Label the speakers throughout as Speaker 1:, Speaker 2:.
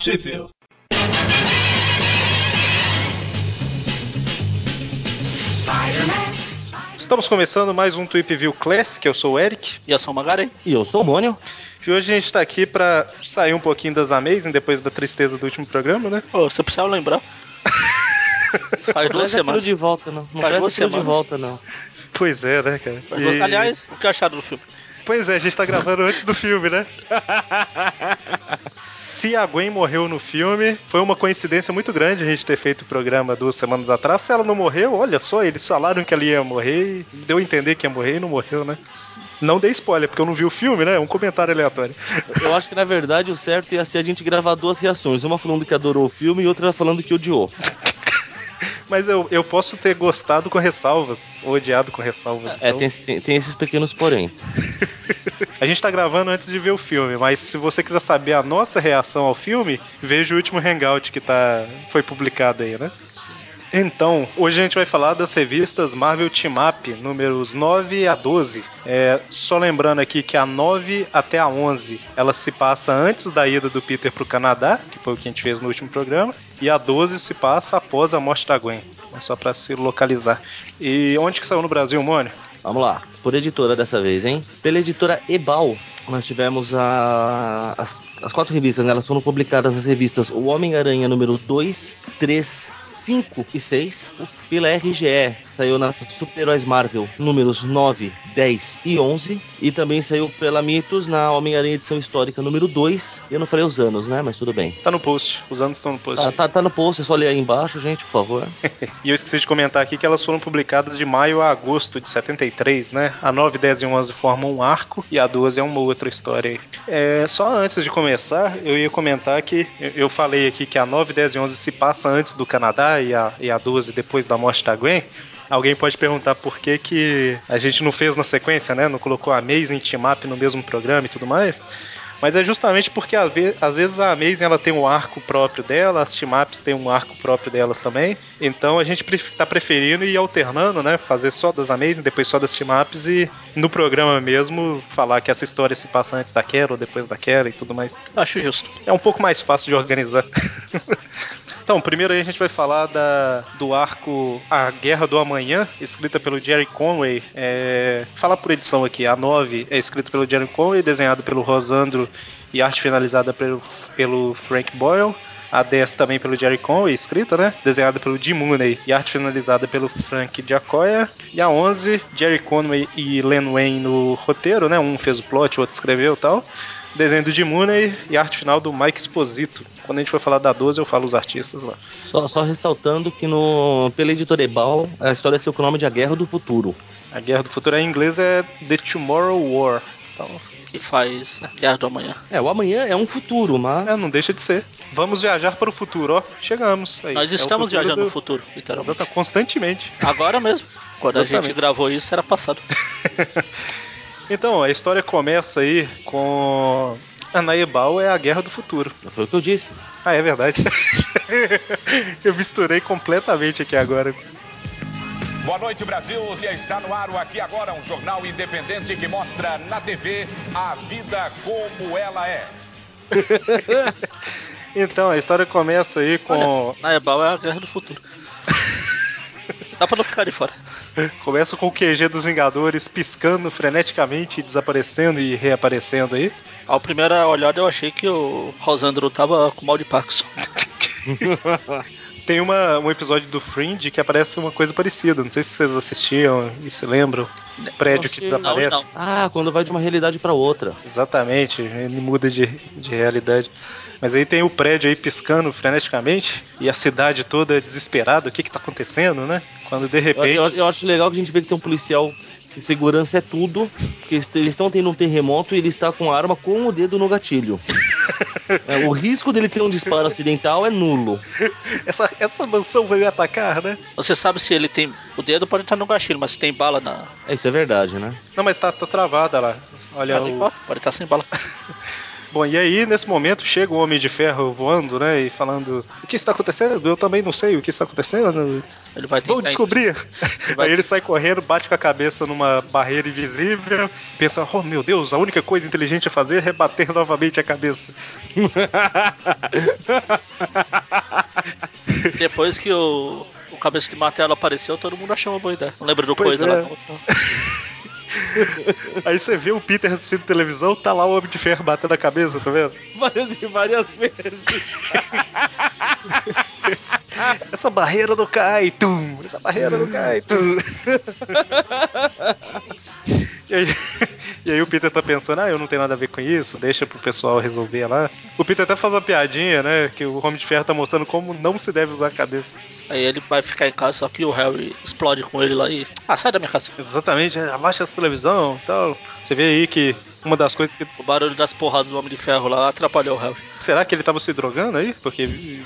Speaker 1: Sheffield. Estamos começando mais um Tweep View Classic, eu sou o Eric.
Speaker 2: E eu sou o Magaren.
Speaker 3: E eu sou o Mônio.
Speaker 1: E hoje a gente tá aqui pra sair um pouquinho das Amazing depois da tristeza do último programa, né?
Speaker 2: Ô, você precisa lembrar. Faz
Speaker 1: é
Speaker 2: duas
Speaker 3: Não traz aquilo
Speaker 2: semanas.
Speaker 3: de volta, não. Não
Speaker 2: Faz
Speaker 3: traz
Speaker 2: duas
Speaker 3: aquilo de
Speaker 2: semanas.
Speaker 3: volta, não.
Speaker 1: Pois é, né, cara?
Speaker 2: Faz
Speaker 1: E-
Speaker 2: duas- Aliás, o que acharam do filme?
Speaker 1: Pois é, a gente tá gravando antes do filme, né? Se a Gwen morreu no filme, foi uma coincidência muito grande a gente ter feito o programa duas semanas atrás. Se ela não morreu, olha só, eles falaram que ela ia morrer e deu a entender que ia morrer e não morreu, né? Não dei spoiler, porque eu não vi o filme, né? É um comentário aleatório.
Speaker 3: Eu acho que, na verdade, o certo ia ser a gente gravar duas reações. Uma falando que adorou o filme e outra falando que odiou.
Speaker 1: Mas eu, eu posso ter gostado com ressalvas, ou odiado com ressalvas.
Speaker 3: É,
Speaker 1: então.
Speaker 3: tem, esse- tem- tem esses pequenos poréns.
Speaker 1: A gente tá gravando antes de ver o filme, mas se você quiser saber a nossa reação ao filme, veja o último Hangout que tá, foi publicado aí, né? Então, hoje a gente vai falar das revistas Marvel Team Up, números 9 a 12. É, só lembrando aqui que a 9 até a 11, ela se passa antes da ida do Peter pro Canadá, que foi o que a gente fez no último programa, e a 12 se passa após a morte da Gwen. É Só pra se localizar. E onde que saiu no Brasil, Mônio?
Speaker 3: Vamos lá. Por editora dessa vez, hein? Pela editora Ebal, nós tivemos a- as, as quatro revistas, né? Elas foram publicadas nas revistas O Homem-Aranha número 2, 3, 5 e 6. Pela RGE, saiu na Super-Heróis Marvel números 9, 10 e 11. E também saiu pela Mitos na Homem-Aranha edição histórica número 2. Eu não falei os anos, né? Mas tudo bem.
Speaker 1: Tá no post. Os anos estão no post.
Speaker 3: Tá, tá- tá no post, é só ler aí embaixo, gente, por favor.
Speaker 1: E eu esqueci de comentar aqui que elas foram publicadas de maio a agosto de 73, né? A 9, 10 e 11 formam um arco e a 12 é uma outra história aí. É, só antes de começar, eu ia comentar que eu- eu falei aqui que a 9, 10 e 11 se passa antes do Canadá e a, e a 12 depois da morte da Gwen. Alguém pode perguntar por que, que a gente não fez na sequência, né? Não colocou a Amazing Team Up no mesmo programa e tudo mais. Mas é justamente porque às ve- às vezes a Amazing ela tem um arco próprio dela, as team-ups têm um arco próprio delas também. Então a gente pref- tá preferindo ir alternando, né? Fazer só das Amazing, depois só das team-ups e no programa mesmo falar que essa história se passa antes daquela ou depois daquela e tudo mais.
Speaker 2: Acho justo.
Speaker 1: É um pouco mais fácil de organizar. então, primeiro aí a gente vai falar da, do arco A Guerra do Amanhã, escrita pelo Jerry Conway. É, falar por edição aqui, a 9 é escrita pelo Jerry Conway, desenhado pelo Rosandro e arte finalizada pelo, pelo Frank Boyle. A 10 também pelo Jerry Conway, escrita, né? Desenhada pelo Jim Mooney e arte finalizada pelo Frank Giacoya. E a 11, Jerry Conway e Len Wayne no roteiro, né? Um fez o plot, o outro escreveu e tal. Desenho do Jim Mooney e arte final do Mike Esposito. Quando a gente for falar da 12, eu falo os artistas lá.
Speaker 3: Só, só ressaltando que no, pela editora Ebal, a história saiu com o nome de A Guerra do Futuro.
Speaker 1: A Guerra do Futuro em inglês é The Tomorrow War. Então,
Speaker 2: Que faz né, Guerra do Amanhã.
Speaker 3: É, o amanhã é um futuro, mas.
Speaker 1: é, não deixa de ser. Vamos viajar para o futuro, ó. Chegamos. Aí.
Speaker 2: Nós
Speaker 1: É o
Speaker 2: estamos
Speaker 1: futuro
Speaker 2: viajando
Speaker 1: do-
Speaker 2: no futuro, literalmente.
Speaker 1: Exata- constantemente.
Speaker 2: Agora mesmo. Quando a gente
Speaker 1: Exatamente.
Speaker 2: gravou isso, era passado.
Speaker 1: Então, a história começa aí com. A Naebal é a Guerra do Futuro.
Speaker 3: Foi o que eu disse.
Speaker 1: Ah, é verdade. eu misturei completamente aqui agora.
Speaker 4: Boa noite, Brasil. E está no ar o Aqui Agora, um jornal independente que mostra na TV a vida como ela é.
Speaker 1: Então, a história começa aí com.
Speaker 2: Olha, na Ebal é a Guerra do Futuro. Só pra não ficar de fora.
Speaker 1: Começa com o QG dos Vingadores piscando freneticamente, desaparecendo e reaparecendo aí.
Speaker 2: Ao primeira olhada, eu achei que o Rosandro tava com mal de Parkinson.
Speaker 1: Tem uma, um episódio do Fringe que aparece uma coisa parecida. Não sei se vocês assistiam e se lembram. Um prédio que
Speaker 3: Não sei, não,
Speaker 1: desaparece.
Speaker 2: não.
Speaker 3: Ah, quando vai de uma realidade pra outra.
Speaker 1: Exatamente, ele muda de, de realidade. Mas aí tem o prédio aí piscando freneticamente e a cidade toda desesperada. O que que tá acontecendo, né? Quando de
Speaker 3: Eu,
Speaker 1: repente.
Speaker 3: eu- eu acho legal que a gente vê que tem um policial que segurança é tudo, porque eles estão tendo um terremoto e ele está com a arma com o dedo no gatilho. É, o risco dele ter um disparo acidental é nulo.
Speaker 1: Essa, essa mansão vai me atacar, né?
Speaker 2: Você sabe se ele tem. O dedo pode estar no gatilho, mas se tem bala na.
Speaker 3: É, isso é verdade, né?
Speaker 1: Não, mas tá, tá travada lá. Olha,
Speaker 2: não
Speaker 1: o,
Speaker 2: importa, pode estar sem bala.
Speaker 1: Bom, e aí, nesse momento, chega o Homem de Ferro voando, né? E falando: O que está acontecendo? Eu também não sei o que está acontecendo. né?
Speaker 2: Ele vai
Speaker 1: Vou
Speaker 2: tentar.
Speaker 1: descobrir!
Speaker 2: Então, Vai-
Speaker 1: Aí ele sai correndo, bate com a cabeça numa barreira invisível, pensa: Oh meu Deus, a única coisa inteligente a fazer é rebater novamente a cabeça.
Speaker 2: Depois que o, o cabeça de martelo apareceu, todo mundo achou uma boa ideia. Não lembra do
Speaker 1: Pois
Speaker 2: coisa
Speaker 1: é.
Speaker 2: lá? não.
Speaker 1: Aí você vê o Peter assistindo televisão, tá lá o Homem de Ferro batendo a cabeça, tá vendo?
Speaker 3: Várias e várias vezes.
Speaker 1: Essa barreira não cai, tum! Essa barreira não cai, tum! e, aí, e aí o Peter tá pensando, ah, eu não tenho nada a ver com isso, deixa pro pessoal resolver lá. O Peter até faz uma piadinha, né? Que o Homem de Ferro tá mostrando como não se deve usar a cabeça.
Speaker 2: Aí ele vai ficar em casa, só que o Harry explode com ele lá e. Ah, sai da minha casa.
Speaker 1: Exatamente, é, abaixa essa televisão e tal. Você vê aí que uma das coisas que.
Speaker 2: O barulho das porradas do Homem de Ferro lá atrapalhou o Harry.
Speaker 1: Será que ele tava se drogando aí? Porque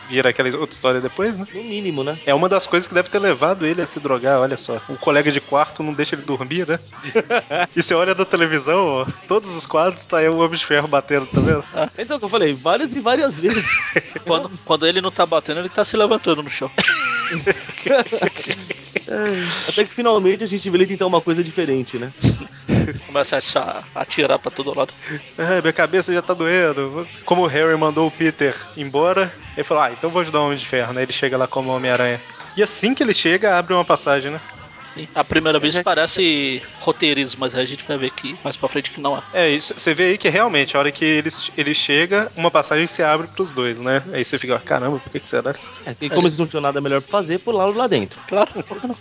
Speaker 1: vira aquela outra história depois, né?
Speaker 3: No mínimo, né?
Speaker 1: É uma das coisas que deve ter levado ele a se drogar, olha só. O colega de quarto não deixa ele dormir, né? e você olha da televisão, ó, todos os quadros tá aí o Homem de Ferro batendo, tá vendo?
Speaker 3: Então, o que eu falei, várias e várias vezes.
Speaker 2: Quando, quando ele não tá batendo, ele tá se levantando no chão.
Speaker 3: Até que finalmente a gente vê ele tentar uma coisa diferente, né?
Speaker 2: Começa a atirar- a atirar pra todo lado.
Speaker 1: Ah, minha cabeça já tá doendo. Como o Harry mandou o Peter embora, ele falou: Ah, então vou ajudar o Homem de Ferro, né? Ele chega lá como Homem-Aranha. E assim que ele chega, abre uma passagem, né?
Speaker 2: Sim. A primeira vez parece roteirismo, mas a gente vai ver que mais pra frente que não é.
Speaker 1: É, isso. você vê aí que realmente, a hora que ele, ele chega, uma passagem se abre pros dois, né? Aí você fica, "Ah, caramba, por que, que será?
Speaker 3: É, e como eles não tinham nada melhor pra fazer, pularam lá dentro.
Speaker 2: Claro.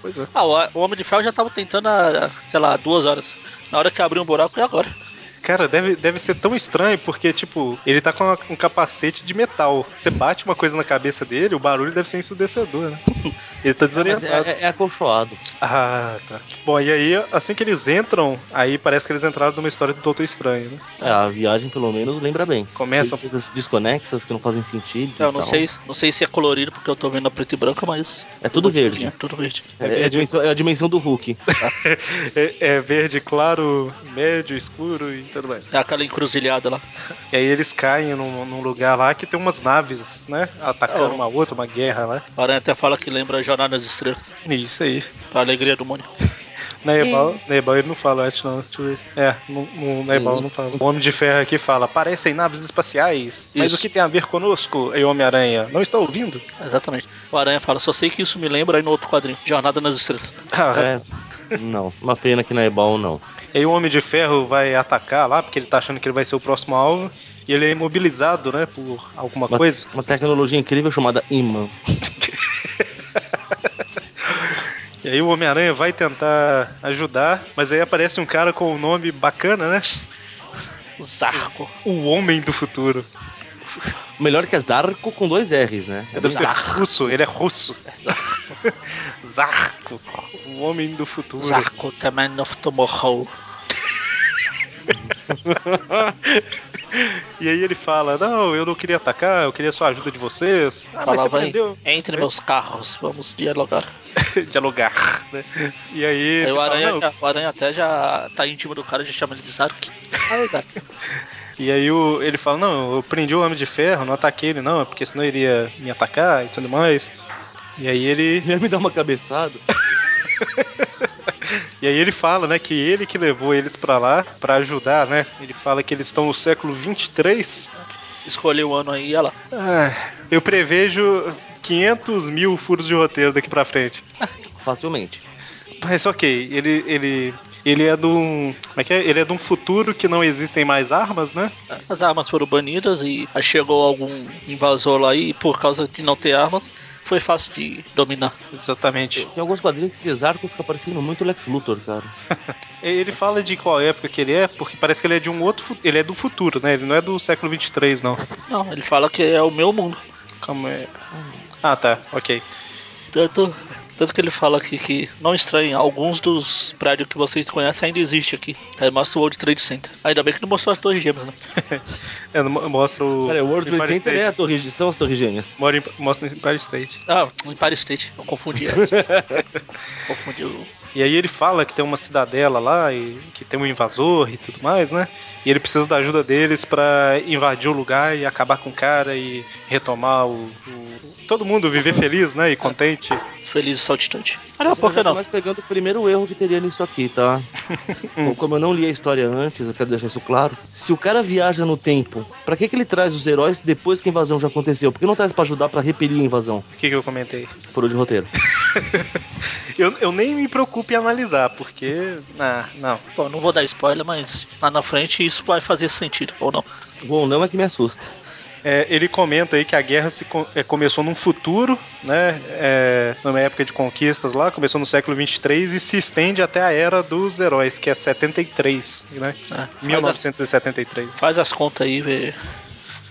Speaker 1: Pois é.
Speaker 2: Ah, o, o Homem de Ferro já tava tentando há, sei lá, duas horas. Na hora que abriu um buraco, e agora?
Speaker 1: Cara, deve, deve ser tão estranho, porque, tipo, ele tá com uma- um capacete de metal. Você bate uma coisa na cabeça dele, o barulho deve ser ensurdecedor, né? Ele tá
Speaker 3: Mas
Speaker 1: desorientado.
Speaker 3: é, é, é acolchoado.
Speaker 1: Ah, tá. Bom, e aí, assim que eles entram, aí parece que eles entraram numa história do Doutor Estranho, né?
Speaker 3: É, a viagem, pelo menos, lembra bem.
Speaker 1: Começam.
Speaker 3: Coisas desconexas que não fazem sentido. e
Speaker 2: Eu não
Speaker 1: Então.
Speaker 3: tal.
Speaker 2: sei, não sei se é colorido porque eu tô vendo a preto e branca, mas.
Speaker 3: É tudo verde.
Speaker 2: É tudo verde.
Speaker 3: É, é a dimensão, é a dimensão do Hulk.
Speaker 1: É, é verde claro, médio, escuro e tudo mais.
Speaker 2: É aquela encruzilhada lá.
Speaker 1: E aí eles caem num, num lugar lá que tem umas naves, né? Atacando
Speaker 2: Oh.
Speaker 1: uma outra, uma guerra lá.
Speaker 2: O Aranha até fala que lembra a Jornada nas Estrelas.
Speaker 1: Isso aí.
Speaker 2: A alegria do mundo.
Speaker 1: Na Ebal, na Ebal ele não fala antes, não. Deixa eu ver. É, no, no, na Ebal não fala. O Homem de Ferro aqui fala: parecem naves espaciais, mas
Speaker 2: Isso.
Speaker 1: o que tem a ver conosco? E o Homem-Aranha, não está ouvindo?
Speaker 2: Exatamente. O Aranha fala, só sei que isso me lembra aí no outro quadrinho. Jornada nas Estrelas.
Speaker 1: Ah,
Speaker 3: É. Não, uma pena que não é bom, não.
Speaker 1: E aí o Homem de Ferro vai atacar lá, porque ele tá achando que ele vai ser o próximo alvo, e ele é imobilizado, né, por alguma
Speaker 3: Uma,
Speaker 1: coisa.
Speaker 3: uma tecnologia incrível chamada imã.
Speaker 1: E aí o Homem-Aranha vai tentar ajudar, mas aí aparece um cara com um nome bacana, né?
Speaker 2: Zarco.
Speaker 1: O Homem do Futuro.
Speaker 3: Melhor que é Zarco com dois R's, né? É
Speaker 1: Deve ser
Speaker 3: bizarro.
Speaker 1: russo, ele é russo. Zarco, o Homem do Futuro.
Speaker 2: Zarco também no tomorrow.
Speaker 1: E aí ele fala: Não, eu não queria atacar, eu queria só a ajuda de vocês. Ah, mas você
Speaker 2: Falava, "Ei,
Speaker 1: aprendeu
Speaker 2: entre meus carros, vamos dialogar.
Speaker 1: dialogar, né? E aí. ele
Speaker 2: Aí o
Speaker 1: fala,
Speaker 2: Aranha,
Speaker 1: "Não."
Speaker 2: já- o Aranha até já tá íntimo do cara, já chama ele de Zark. Ah, é Zark.
Speaker 1: E aí o- ele fala: Não, eu prendi o Homem de Ferro, não ataquei ele, não, porque senão ele iria me atacar e tudo mais. E aí ele.
Speaker 3: Ele ia me dar uma cabeçada.
Speaker 1: E aí ele fala, né, que ele que levou eles pra lá pra ajudar, né? Ele fala que eles estão no século 23.
Speaker 2: Escolheu o ano aí, olha lá.
Speaker 1: Ah, eu prevejo 500 mil furos de roteiro daqui pra frente.
Speaker 3: Facilmente.
Speaker 1: Mas ok, ele, ele, ele é de um. Como é que é? Ele é de um futuro que não existem mais armas, né?
Speaker 2: As armas foram banidas e aí chegou algum invasor lá e por causa de não ter armas, foi fácil de dominar.
Speaker 1: Exatamente.
Speaker 3: Tem alguns quadrinhos que esse Zarco fica parecendo muito Lex Luthor, cara.
Speaker 1: Ele fala de qual época que ele é, porque parece que ele é de um outro. fu- Ele é do futuro, né? Ele não é do século 23, não.
Speaker 2: Não, ele fala que é o meu mundo.
Speaker 1: Calma aí. Ah, tá, Ah, ok.
Speaker 2: Tanto Tanto que ele fala aqui que não estranhem, alguns dos prédios que vocês conhecem ainda existem aqui. Aí mostra o World Trade Center. Ainda bem que não mostrou as torres gêmeas, né?
Speaker 1: É, mo- mostra o.
Speaker 3: Cara, o World Trade
Speaker 1: Empire
Speaker 3: Center é a
Speaker 1: State.
Speaker 3: torre, de- são as torres gêmeas.
Speaker 1: Mora em- Mostra o Empire State.
Speaker 2: Ah, o Empire State. Eu confundi essa. confundi o...
Speaker 1: E aí ele fala que tem uma cidadela lá e que tem um invasor e tudo mais, né? E ele precisa da ajuda deles pra invadir o lugar e acabar com o cara e retomar o. o- todo mundo viver feliz, né? E contente.
Speaker 2: Feliz saltitante. Ah, não,
Speaker 3: Mas
Speaker 2: por que
Speaker 3: eu já
Speaker 2: não?
Speaker 3: começo pegando o primeiro erro que teria nisso aqui, tá? Bom, Como eu não li a história antes, eu quero deixar isso claro. Se o cara viaja no tempo, pra que, que ele traz os heróis depois que a invasão já aconteceu? Por que não traz pra ajudar pra repelir a invasão?
Speaker 1: O que, que eu comentei?
Speaker 3: Furo de roteiro.
Speaker 1: Eu, eu nem me preocupo em analisar, porque. Ah, não.
Speaker 2: Bom, não vou dar spoiler, mas lá na frente isso vai fazer sentido, ou não?
Speaker 3: Bom, não é que me assusta.
Speaker 1: É, ele comenta aí que a guerra se co- é, começou num futuro, né? É, numa época de conquistas lá, começou no século 23 e se estende até a era dos heróis, que é 73, né?
Speaker 2: né? Faz, as,
Speaker 1: 1973.
Speaker 2: faz as contas aí, vê.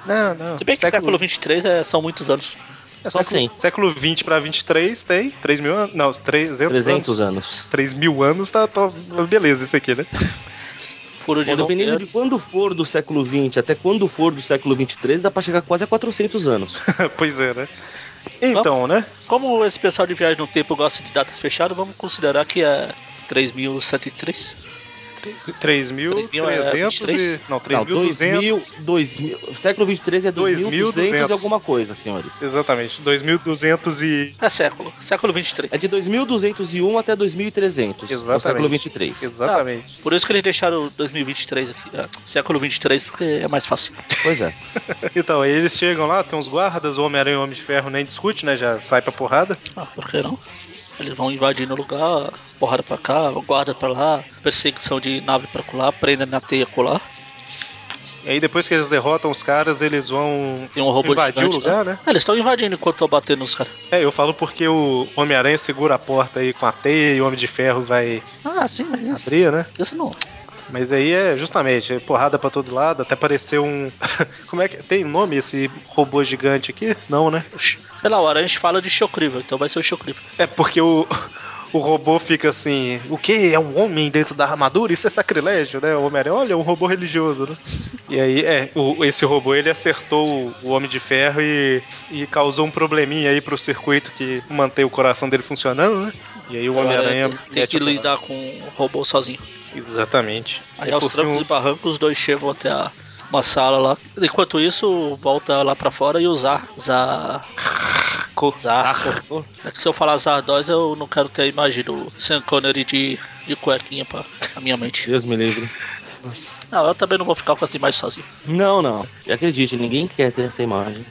Speaker 1: Não, não. assim.
Speaker 2: Se bem que século, é 23 é, são muitos anos.
Speaker 1: É,
Speaker 3: Só 100.
Speaker 1: Século 20 para 23 tem 3 mil anos. Não, 300,
Speaker 3: 300
Speaker 1: anos.
Speaker 3: anos.
Speaker 1: 3 mil anos tá, tá- beleza isso aqui, né?
Speaker 2: Furo de
Speaker 3: Bom, dependendo
Speaker 2: roteiro.
Speaker 3: de quando for do século 20 até quando for do século 23, dá pra chegar quase a 400 anos.
Speaker 1: pois é, né? Então, né?
Speaker 2: Como esse pessoal de viagem no tempo gosta de datas fechadas, vamos considerar que é 3.103. é
Speaker 1: 3.300 e... Não,
Speaker 3: Não,
Speaker 1: 3.200.
Speaker 3: 2000, 2000, século 23 é 2200
Speaker 1: 2200.
Speaker 3: e alguma coisa, senhores.
Speaker 1: Exatamente, 2.200 e...
Speaker 2: É século, século 23.
Speaker 3: É de 2201 até 2300, no
Speaker 1: Exatamente.
Speaker 3: século 23.
Speaker 1: Exatamente.
Speaker 2: Por isso que eles deixaram 2023 aqui, é, século 23, porque é mais fácil.
Speaker 3: Pois é.
Speaker 1: Então, aí eles chegam lá, tem uns guardas, o Homem-Aranha e o Homem de Ferro nem discute, né? Já sai pra porrada.
Speaker 2: Ah, por que não? Eles vão invadindo o lugar, porrada pra cá, guarda pra lá, perseguição de nave pra colar, prenda na teia colar.
Speaker 1: E aí depois que eles derrotam os caras, eles vão
Speaker 2: Tem um robô
Speaker 1: invadir o
Speaker 2: gigante
Speaker 1: lugar,
Speaker 2: lá.
Speaker 1: né?
Speaker 2: É, eles estão invadindo enquanto eu batendo nos caras.
Speaker 1: É, eu falo porque o Homem-Aranha segura a porta aí com a teia e o Homem de Ferro vai
Speaker 2: Ah, sim, mas isso,
Speaker 1: abrir, né?
Speaker 2: isso não.
Speaker 1: Mas aí é justamente, é porrada pra todo lado, até parecer um. Como é que. Tem nome esse robô gigante aqui? Não, né?
Speaker 2: Sei lá, o Aranha fala de Chocrível, então vai ser o Chocrível.
Speaker 1: É porque o. O robô fica assim, o que? É um homem dentro da armadura? Isso é sacrilégio, né? O Homem-Aranha, olha, é um robô religioso, né? E aí, é, o- esse robô, ele acertou o- o Homem de Ferro e, e causou um probleminha aí pro circuito que mantém o coração dele funcionando, né? E aí o Homem-Aranha...
Speaker 2: É, tem
Speaker 1: mete
Speaker 2: que
Speaker 1: a porrada.
Speaker 2: lidar com o robô sozinho.
Speaker 1: Exatamente.
Speaker 2: Aí
Speaker 1: E
Speaker 2: aos
Speaker 1: por fim,
Speaker 2: trancos
Speaker 1: o-
Speaker 2: e barrancos, os dois chegam até a- uma sala lá. Enquanto isso, volta lá pra fora e o Zar. Zar. Zarco. É que se eu falar Zardoz, eu não quero ter a imagem do Sam Connery de, de cuequinha pra, na minha mente.
Speaker 3: Deus me livre.
Speaker 2: Não, eu também não vou ficar com essa imagem sozinho.
Speaker 3: Não, não. E Acredite, ninguém quer ter essa imagem.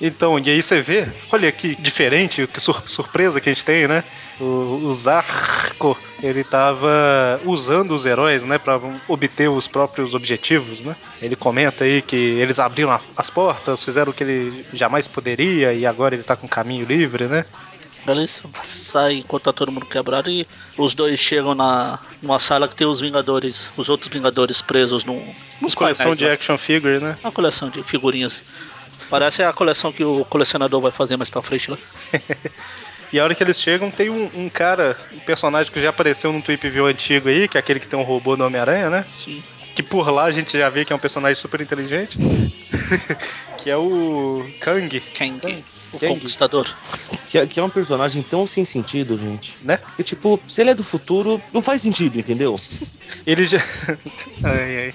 Speaker 1: Então, e aí você vê, olha que diferente, que sur- surpresa que a gente tem, né? O, o Zarco, ele tava usando os heróis, né, Pra obter os próprios objetivos, né? Ele comenta aí que eles abriram a- as portas, fizeram o que ele jamais poderia e agora ele tá com o caminho livre, né?
Speaker 2: Beleza? Sai enquanto tá todo mundo quebrado e os dois chegam na numa sala que tem os Vingadores, os outros Vingadores presos num, nos
Speaker 1: Coleção
Speaker 2: painéis
Speaker 1: de
Speaker 2: lá.
Speaker 1: action figure, né?
Speaker 2: Uma coleção de figurinhas. Parece a coleção que o colecionador vai fazer mais pra frente lá.
Speaker 1: E a hora que eles chegam, tem um, um cara, um personagem que já apareceu num Tweep View antigo aí, que é aquele que tem um robô do Homem-Aranha, né?
Speaker 2: Sim.
Speaker 1: que por lá a gente já vê que é um personagem super inteligente, que é o Kang,
Speaker 2: Kang, o
Speaker 1: Kang.
Speaker 2: Conquistador.
Speaker 3: Que é, que é um personagem tão sem sentido, gente.
Speaker 1: né?
Speaker 3: Que, tipo, se ele é do futuro, não faz sentido, entendeu?
Speaker 1: Ele já. ai, ai.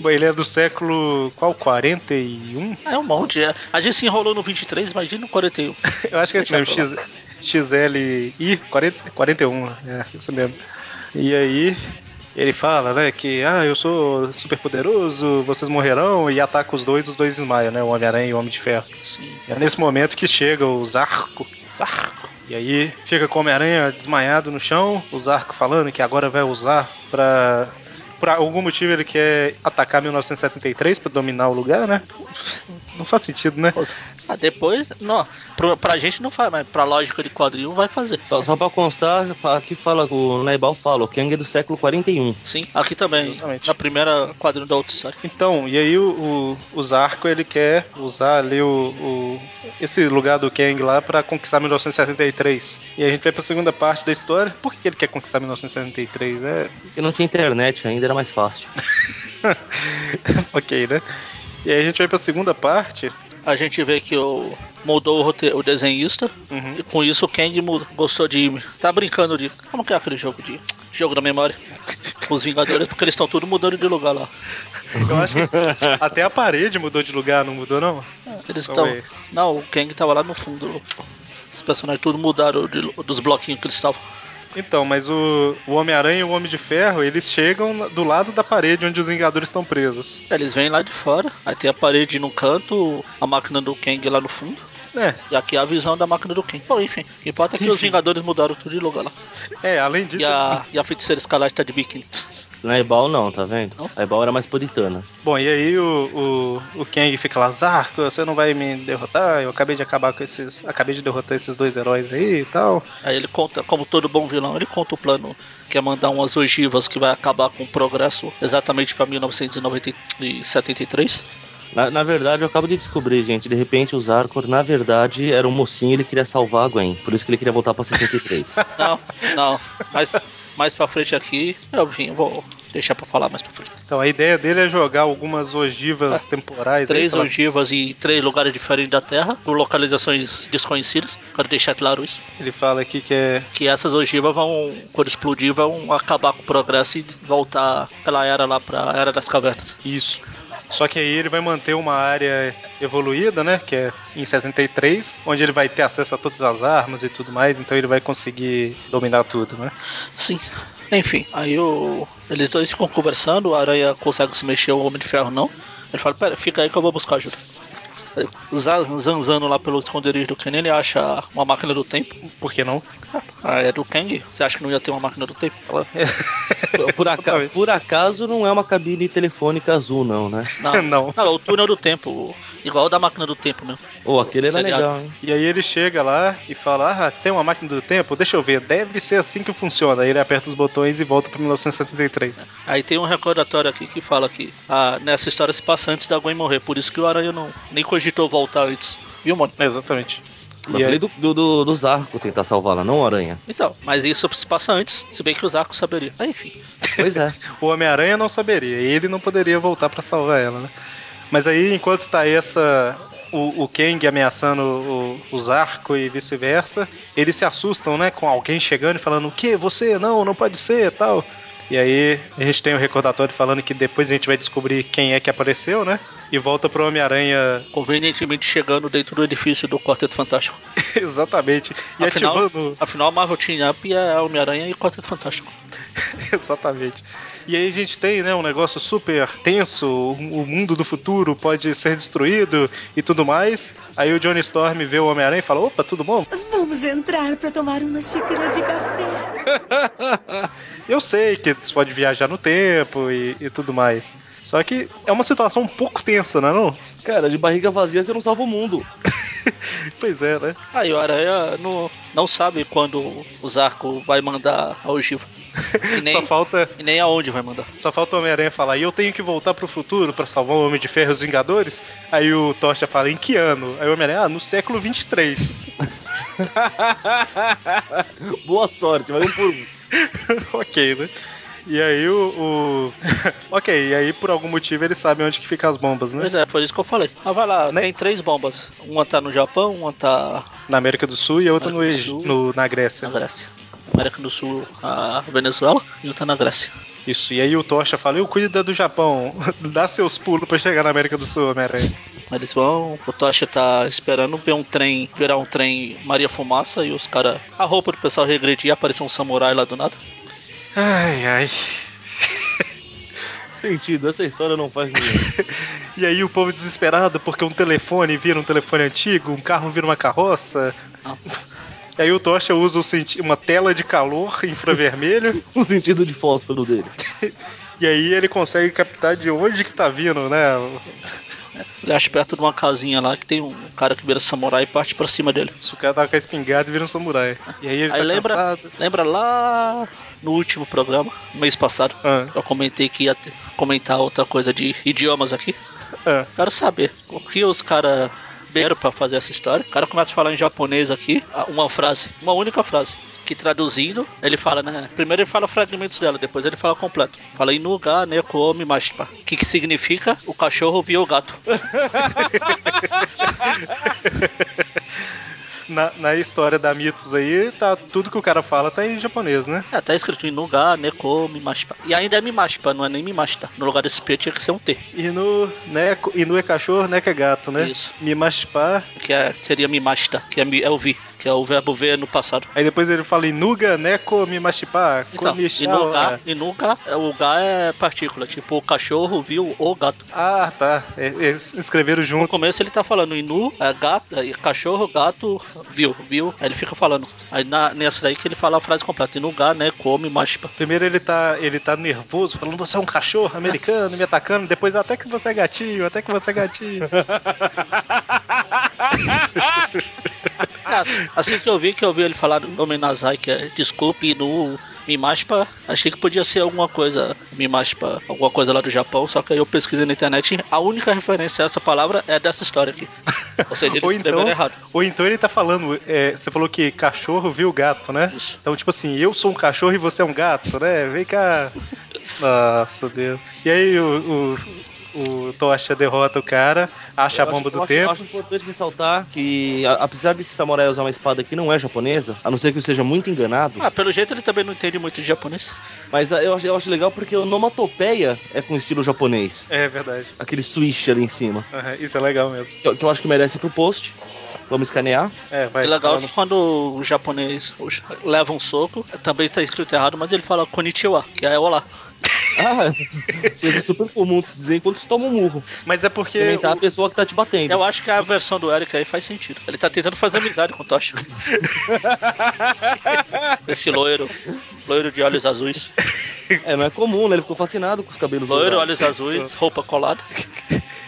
Speaker 1: Bom, ele é do século. qual? 41?
Speaker 2: É um monte, é. A gente se enrolou no 23, imagina no 41.
Speaker 1: Eu acho que é isso mesmo,
Speaker 2: Deixa
Speaker 1: X, XLI 40, 41, é, isso mesmo. E aí. Ele fala, né, que ah, eu sou super poderoso, vocês morrerão, e ataca os dois, os dois desmaiam, né? O Homem-Aranha e o Homem de Ferro.
Speaker 2: Sim.
Speaker 1: É nesse momento que chega o Zarco,
Speaker 2: Zarco.
Speaker 1: E aí fica com o Homem-Aranha desmaiado no chão, o Zarco falando que agora vai usar pra por algum motivo ele quer atacar 1973 para dominar o lugar, né? Não faz sentido, né?
Speaker 2: Ah, depois, não, pra, pra gente não faz, mas pra lógica de quadrinho vai fazer.
Speaker 3: Só, só pra constar, fa- aqui fala, o Naibal fala, o Kang é do século 41.
Speaker 2: Sim, aqui também,
Speaker 1: Exatamente.
Speaker 2: na primeira quadrinho da Outside.
Speaker 1: Então, e aí o, o, o Zarco ele quer usar ali o, o- esse lugar do Kang lá pra conquistar 1973. E a gente vai pra segunda parte da história. Por que que ele quer conquistar 1973? É
Speaker 3: Porque não tinha internet ainda, era mais fácil.
Speaker 1: ok, né? E aí a gente vai pra segunda parte.
Speaker 2: A gente vê que o, mudou o, rote- o desenhista,
Speaker 1: Uhum.
Speaker 2: e com isso o Kang mu- gostou de. Tá brincando de. Como que é aquele jogo de. Jogo da memória? Os Vingadores, porque eles estão tudo mudando de lugar lá.
Speaker 1: Eu acho que até a parede mudou de lugar, não mudou não?
Speaker 2: Eles
Speaker 1: Calma
Speaker 2: estão.
Speaker 1: aí.
Speaker 2: Não, o Kang tava lá no fundo. Os personagens tudo mudaram de lu- dos bloquinhos que eles estavam.
Speaker 1: Então, mas o, o Homem-Aranha e o Homem de Ferro, eles chegam na- do lado da parede onde os Vingadores estão presos.
Speaker 2: Eles vêm lá de fora, aí tem a parede num canto, a máquina do Kang lá no fundo,
Speaker 1: É,
Speaker 2: e aqui a visão da máquina do Kang. Bom, enfim, o que importa é que os Vingadores mudaram tudo de lugar lá.
Speaker 1: é além
Speaker 2: E
Speaker 1: disso...
Speaker 2: a, e a feiticeira escalada tá de biquíni.
Speaker 3: Naibal não, tá vendo?
Speaker 2: Não?
Speaker 3: Naibal era mais puritana.
Speaker 1: Bom, e aí o, o, o Kang fica lá, Zarco, você não vai me derrotar, eu acabei de acabar com esses. Acabei de derrotar esses dois heróis aí e tal.
Speaker 2: Aí ele conta, como todo bom vilão, ele conta o plano que é mandar umas ogivas que vai acabar com o progresso exatamente pra 1973.
Speaker 3: Na, na verdade, eu acabo de descobrir, gente, de repente o Zarkor, na verdade, era um mocinho e ele queria salvar a Gwen. Por isso que ele queria voltar pra 73.
Speaker 2: Não, não, mas mais pra frente aqui, eu, enfim, eu vou deixar pra falar mais pra frente.
Speaker 1: Então a ideia dele é jogar algumas ogivas temporais. aí,
Speaker 2: Ah, Três
Speaker 1: sei lá.
Speaker 2: ogivas em três lugares diferentes da Terra, com localizações desconhecidas, quero deixar claro isso.
Speaker 1: Ele fala aqui que é.
Speaker 2: que essas ogivas vão, quando explodir, vão acabar com o progresso e voltar pela era lá pra era das cavernas.
Speaker 1: Isso. Só que aí ele vai manter uma área evoluída, né? Que é em 73, onde ele vai ter acesso a todas as armas e tudo mais, então ele vai conseguir dominar tudo, né?
Speaker 2: Sim. Enfim, aí o, eles dois ficam conversando, o aranha consegue se mexer, o homem de ferro não. Ele fala, pera, fica aí que eu vou buscar ajuda. Ele za- Zanzando lá pelo esconderijo do Ken, ele acha uma máquina do tempo.
Speaker 1: Por que não?
Speaker 2: Ah, é do Kang? Você acha que não ia ter uma máquina do tempo?
Speaker 1: Ela-
Speaker 3: Por- Por, aca-
Speaker 1: Totalmente.
Speaker 3: por acaso não é uma cabine telefônica azul, não, né?
Speaker 2: Não.
Speaker 1: Não.
Speaker 2: Não, o túnel do tempo. Igual o da máquina do tempo mesmo.
Speaker 3: Ou aquele era
Speaker 2: Seriado.
Speaker 3: legal, hein?
Speaker 1: E aí ele chega lá e fala: Ah, tem uma máquina do tempo? Deixa eu ver, deve ser assim que funciona. Aí ele aperta os botões e volta pra 1973.
Speaker 2: Aí tem um recordatório aqui que fala que ah, nessa história se passa antes da Gwen morrer, por isso que o Aranha não nem cogitou voltar antes, viu, mano?
Speaker 1: É, Exatamente.
Speaker 3: Mas
Speaker 1: E
Speaker 3: eu falei
Speaker 1: aí,
Speaker 3: do, do, do, do Zarco tentar salvá-la, não Aranha.
Speaker 2: Então, mas isso se passa antes, se bem que o Zarco saberia. Ah, enfim.
Speaker 3: Pois é.
Speaker 1: o Homem-Aranha não saberia, ele não poderia voltar pra salvar ela, né? Mas aí, enquanto tá essa. O, o Kang ameaçando o, o Zarco e vice-versa, eles se assustam, né? Com alguém chegando e falando: O que? Você? Não, não pode ser tal. E aí a gente tem o recordatório falando que depois a gente vai descobrir quem é que apareceu, né? E volta pro Homem-Aranha
Speaker 2: Convenientemente chegando dentro do edifício do Quarteto Fantástico.
Speaker 1: Exatamente. E
Speaker 2: Afinal-
Speaker 1: ativando.
Speaker 2: Afinal, a Marvel Team Up é Homem-Aranha e Quarteto Fantástico.
Speaker 1: Exatamente. E aí a gente tem, né, um negócio super tenso, um, o o mundo do futuro pode ser destruído e tudo mais. Aí o Johnny Storm vê o Homem-Aranha e fala, opa, tudo bom?
Speaker 5: Vamos entrar para tomar uma xícara de café.
Speaker 1: Eu sei que você pode viajar no tempo e, e tudo mais. Só que é uma situação um pouco tensa, não é não?
Speaker 3: Cara, de barriga vazia você não salva o mundo.
Speaker 1: Pois é, né?
Speaker 2: Aí o Aranha não, não sabe quando o Zarco vai mandar a ogiva. E
Speaker 1: Só
Speaker 2: nem,
Speaker 1: falta,
Speaker 2: e nem aonde vai mandar.
Speaker 1: só falta o Homem-Aranha falar, e eu tenho que voltar pro futuro pra salvar o Homem de Ferro e os Vingadores? Aí o Tocha fala, em que ano? Aí o Homem-Aranha, ah, no século 23.
Speaker 3: Boa sorte, vai um por um.
Speaker 1: ok, né? E aí o. o- ok, e aí por algum motivo eles sabem onde que ficam as bombas, né?
Speaker 2: Pois é, foi isso que eu falei. Mas vai lá,
Speaker 1: Nem-
Speaker 2: tem três bombas. Uma tá no Japão, uma tá
Speaker 1: Na América do Sul e a outra no,
Speaker 2: América do
Speaker 1: Egi-
Speaker 2: Sul.
Speaker 1: no- na
Speaker 2: na
Speaker 1: Grécia. né?
Speaker 2: Grécia. América do Sul, a Venezuela, e outra na Grécia.
Speaker 1: Isso. E aí o Tocha fala, eu cuido do Japão. Dá seus pulos pra chegar na América do Sul, Homem-Aranha.
Speaker 2: Eles vão, o Tocha tá esperando ver um trem, virar um trem Maria Fumaça e os caras. A roupa do pessoal regredir e aparecer um samurai lá do nada.
Speaker 1: Ai, ai.
Speaker 3: Sentido, essa história não faz nenhum.
Speaker 1: E aí o povo desesperado porque um telefone vira um telefone antigo, um carro vira uma carroça.
Speaker 2: Não.
Speaker 1: E aí o Tocha
Speaker 3: Um
Speaker 1: usa o senti- uma tela de calor infravermelho
Speaker 3: O sentido de fósforo dele.
Speaker 1: E aí ele consegue captar de onde que tá vindo, né?
Speaker 2: Ele acha perto de uma casinha lá que tem um cara que vira samurai e parte pra cima dele.
Speaker 1: Se o cara tava com a espingarda e vira um samurai. E aí ele
Speaker 2: Aí
Speaker 1: tá
Speaker 2: lembra,
Speaker 1: cansado.
Speaker 2: lembra lá no último programa, mês passado,
Speaker 1: Ah.
Speaker 2: eu comentei que ia ter- comentar outra coisa de idiomas aqui.
Speaker 1: Ah,
Speaker 2: Quero saber o que os caras deram pra fazer essa história. O cara começa a falar em japonês aqui, a- uma frase, uma única frase. Que traduzindo, ele fala, né? Primeiro ele fala fragmentos dela, depois ele fala completo. Fala Inuga Nekomi Mashipa. Que que significa o cachorro viu o gato.
Speaker 1: na, na história da Mitos aí, tá, tudo que o cara fala tá em japonês, né?
Speaker 2: É, tá escrito Inuga Neko Mimashpa. E ainda é Mimashpa, não é nem Mimashita. No lugar desse P tinha que ser um T.
Speaker 1: E no, né, e no é cachorro, né, que é gato, né?
Speaker 2: Isso.
Speaker 1: Me machucar.
Speaker 2: Que é- seria Mimashita, que é, mi- é o vi, que é o verbo ver no passado.
Speaker 1: Aí depois ele fala Inuga, Neko, Mimashipá,
Speaker 2: Então, Inuga, Inuga, é- o ga é partícula, tipo o cachorro viu o gato.
Speaker 1: Ah, tá. É, Eles escreveram
Speaker 2: No
Speaker 1: junto.
Speaker 2: começo ele tá falando Inu, é gato, é cachorro, gato, viu, viu. Aí ele fica falando. Aí na, nessa daí que ele fala a frase completa. Inuga, né, come, mashpa.
Speaker 1: Primeiro ele tá, ele tá nervoso, falando, você é um cachorro americano, me atacando, depois até que você é gatinho, até que você é gatinho.
Speaker 2: É, assim- assim que eu vi, que eu vi ele falar do nome Nazai, que é desculpe no Mimashpa, achei que podia ser alguma coisa, Mimashpa, alguma coisa lá do Japão, só que aí eu pesquisei na internet, a única referência a essa palavra é dessa história aqui. Ou seja, eles
Speaker 1: Ou
Speaker 2: escreveram
Speaker 1: então-
Speaker 2: errado.
Speaker 1: Ou então ele tá falando, é, você falou que cachorro viu gato, né?
Speaker 2: Isso.
Speaker 1: Então, tipo assim, eu sou um cachorro e você é um gato, né? Vem cá. Nossa, Deus. E aí o, o, o Tocha derrota o cara, acha
Speaker 3: Eu
Speaker 1: a bomba
Speaker 3: acho- eu
Speaker 1: do
Speaker 3: acho-
Speaker 1: tempo.
Speaker 3: Eu acho importante ressaltar que, a- apesar desse samurai usar uma espada que não é japonesa, a não ser que eu seja muito enganado,
Speaker 2: Ah, pelo jeito ele também não entende muito de japonês.
Speaker 3: mas ah, eu acho, eu acho legal porque a onomatopeia é com estilo japonês.
Speaker 1: É verdade.
Speaker 3: Aquele switch ali em cima.
Speaker 1: Aham, isso é legal mesmo.
Speaker 3: Que, eu- que eu acho que merece pro post. Vamos escanear.
Speaker 1: É, vai.
Speaker 2: É legal
Speaker 1: fala.
Speaker 2: que quando o japonês oxe, leva um soco, também tá escrito errado, mas ele fala konnichiwa, que é olá.
Speaker 3: Ah, coisa super comum de se dizer enquanto se toma um murro.
Speaker 1: Mas é porque.
Speaker 3: Comentar a
Speaker 1: o-
Speaker 3: pessoa que tá te batendo.
Speaker 2: Eu acho que a versão do Eric aí faz sentido. Ele tá tentando fazer amizade com o Tocha. Esse loiro, loiro de olhos azuis.
Speaker 3: É, não é comum, né? Ele ficou fascinado com os cabelos
Speaker 2: Loiro,
Speaker 3: dourados.
Speaker 2: olhos azuis, roupa colada.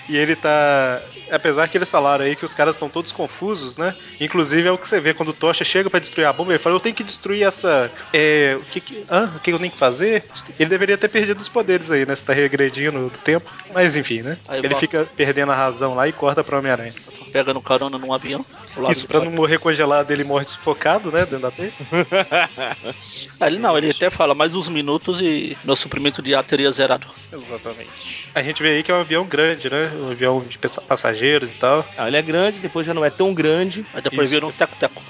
Speaker 1: E ele tá. Apesar que eles falaram aí que os caras estão todos confusos, né? Inclusive é o que você vê quando o Tocha chega pra destruir a bomba, ele fala: Eu tenho que destruir essa. É. O que que. Hã? O que eu tenho que fazer? Ele deveria ter perdido os poderes aí, né? Você tá regredindo do tempo. Mas enfim, né?
Speaker 2: Aí
Speaker 1: ele
Speaker 2: volta.
Speaker 1: fica perdendo a razão lá e corta pra Homem-Aranha.
Speaker 2: Pegando carona num avião. pro lado
Speaker 1: Isso
Speaker 2: de
Speaker 1: pra
Speaker 2: fora.
Speaker 1: não morrer congelado, ele morre sufocado, né? Dentro da teia.
Speaker 2: Ah, Ele não, ele até fala mais uns minutos e meu suprimento de ar teria zerado.
Speaker 1: Exatamente. A gente vê aí que é um avião grande, né? Um avião de passa- passageiros e tal.
Speaker 3: Ah, ele é grande, depois já não é tão grande.
Speaker 2: Aí depois
Speaker 1: Isso.
Speaker 2: vira um teco-teco.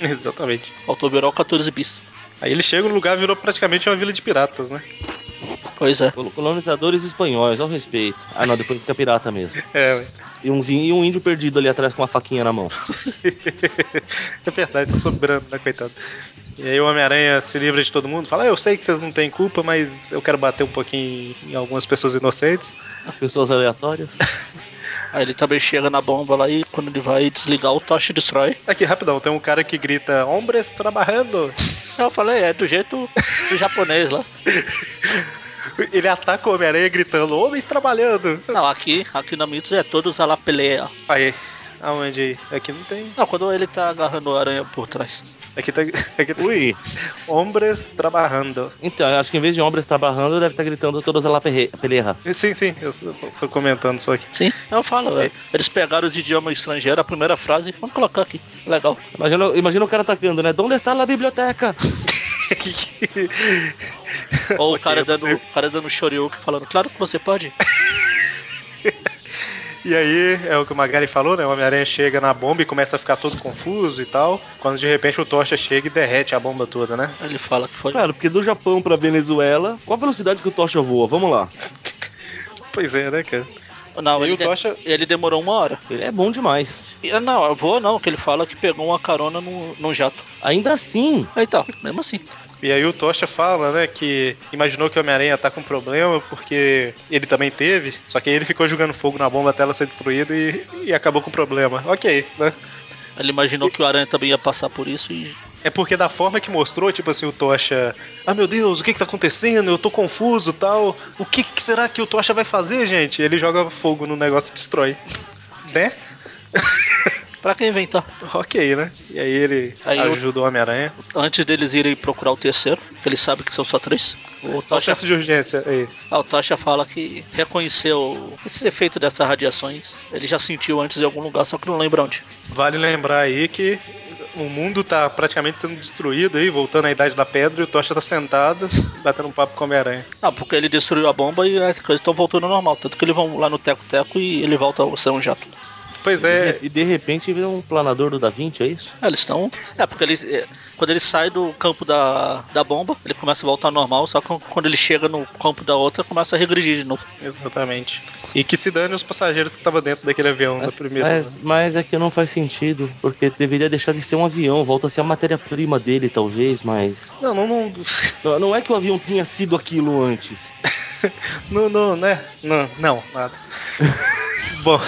Speaker 1: Exatamente.
Speaker 2: Autovirou 14 bis.
Speaker 1: Aí ele chega no lugar virou praticamente uma vila de piratas, né?
Speaker 2: Pois é.
Speaker 3: Colo- Colonizadores espanhóis, ao respeito. Ah, não, depois fica pirata mesmo.
Speaker 1: É, ué.
Speaker 3: E, uns in- e um índio perdido ali atrás com uma faquinha na mão.
Speaker 1: é verdade, tá sobrando, né, coitado? E aí o Homem-Aranha se livra de todo mundo, fala, "Ah, eu sei que vocês não têm culpa, mas eu quero bater um pouquinho em algumas pessoas inocentes.
Speaker 3: Pessoas aleatórias.
Speaker 2: Aí ele também chega na bomba lá e quando ele vai desligar, o Tocha destrói.
Speaker 1: Aqui, rapidão, tem um cara que grita, hombres trabalhando.
Speaker 2: Eu falei, é do jeito do japonês lá.
Speaker 1: Ele ataca o Homem-Aranha gritando, homens trabalhando.
Speaker 2: Não, aqui, aqui na Mitos é todos a la pelea.
Speaker 1: Aí, aonde aí? Aqui não tem.
Speaker 2: Não, quando ele tá agarrando a aranha por trás.
Speaker 1: Aqui tá. Aqui tá.
Speaker 3: Ui.
Speaker 1: Hombres trabalhando.
Speaker 3: Então, eu acho que em vez de ombros estar barrando, deve estar gritando todas a pelerra.
Speaker 1: Sim, sim, eu tô comentando só aqui.
Speaker 2: Sim, eu falo, velho. Eles pegaram os idiomas estrangeiros, a primeira frase, vamos colocar aqui. Legal.
Speaker 3: Imagina, imagina o cara atacando, né? Onde está a biblioteca?
Speaker 2: Ou o cara
Speaker 1: eu
Speaker 2: dando,
Speaker 1: sei.
Speaker 2: o cara dando um shoryuken, falando, claro que você pode.
Speaker 1: E aí, é o que o Magari falou, né? O Homem-Aranha chega na bomba e começa a ficar todo confuso e tal. Quando de repente o Tocha chega e derrete a bomba toda, né?
Speaker 2: Aí Ele fala que foi.
Speaker 3: Claro, porque do Japão pra Venezuela, qual a velocidade que o Tocha voa? Vamos lá.
Speaker 1: Pois é, né, cara?
Speaker 2: Não,
Speaker 1: E
Speaker 2: ele,
Speaker 1: o Tocha-
Speaker 2: ele demorou uma hora.
Speaker 3: Ele é bom demais.
Speaker 2: E, não, eu vou não, que ele fala que pegou uma carona num num jato.
Speaker 3: Ainda assim,
Speaker 2: Aí tá, mesmo assim.
Speaker 1: E aí o Tocha fala, né, que imaginou que o Homem-Aranha tá com problema porque ele também teve, só que aí ele ficou jogando fogo na bomba até ela ser destruída e, e acabou com o problema. Ok, né?
Speaker 2: Ele imaginou que o aranha também ia passar por isso e
Speaker 1: É porque da forma que mostrou, tipo assim, o Tocha, ah meu Deus, o que que tá acontecendo? Eu tô confuso tal. O que, que será que o Tocha vai fazer, gente? Ele joga fogo no negócio e destrói. né?
Speaker 2: Pra quem inventar?
Speaker 1: ok, né? E aí ele
Speaker 2: Aí eu-
Speaker 1: ajuda o Homem-Aranha.
Speaker 2: Antes deles irem procurar o terceiro, que eles sabem que são só três. O
Speaker 1: Qual a
Speaker 2: Tocha,
Speaker 1: chance de urgência aí?
Speaker 2: ah, o Tocha fala que reconheceu esses efeitos dessas radiações. Ele já sentiu antes em algum lugar, só que não lembra onde.
Speaker 1: Vale lembrar aí que o mundo tá praticamente sendo destruído aí, voltando à Idade da Pedra, e o Tocha tá sentado, batendo um papo com o Homem-Aranha.
Speaker 2: Ah, porque ele destruiu a bomba e as coisas estão voltando ao normal. Tanto que eles vão lá no Teco Teco e ele volta a ser um jato.
Speaker 1: Pois é,
Speaker 3: E de repente vira um planador do Da Vinci, é isso?
Speaker 2: É, eles estão. É, porque ele, é, quando ele sai do campo da, da bomba, ele começa a voltar ao normal, só que quando ele chega no campo da outra, começa a regredir de novo.
Speaker 1: exatamente. E que se dane os passageiros que estavam dentro daquele avião da
Speaker 3: Mas,
Speaker 1: primeira.
Speaker 3: mas, mas é que não faz sentido, porque deveria deixar de ser um avião, volta a ser a matéria-prima dele, talvez, mas.
Speaker 1: Não, não, não,
Speaker 3: Não, não é que o avião tinha sido aquilo antes.
Speaker 1: não, não, né? Não, não, nada. Bom,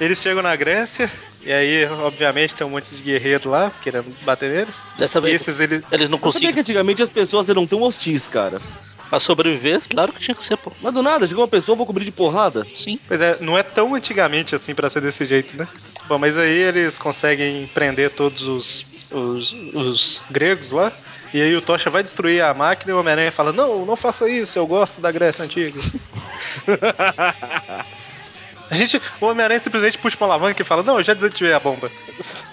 Speaker 1: eles chegam na Grécia, e aí, obviamente, tem um monte de guerreiro lá querendo bater neles.
Speaker 2: Dessa
Speaker 1: E
Speaker 2: vez
Speaker 1: esses eles.
Speaker 2: eles não
Speaker 3: Eu sabia que
Speaker 2: conseguem.
Speaker 3: antigamente as pessoas eram tão hostis, cara.
Speaker 2: Pra sobreviver, claro que tinha que ser, pô.
Speaker 3: Mas do nada, chegou uma pessoa, eu vou cobrir de porrada.
Speaker 2: Sim.
Speaker 1: Pois é, não é tão antigamente assim pra ser desse jeito, né? Bom, mas aí eles conseguem prender todos os, os, os gregos lá. E aí o Tocha vai destruir a máquina e o Homem-Aranha fala: Não, não faça isso, eu gosto da Grécia Antiga. a gente, o Homem-Aranha simplesmente puxa uma alavanca e fala: Não, eu já desativei a bomba.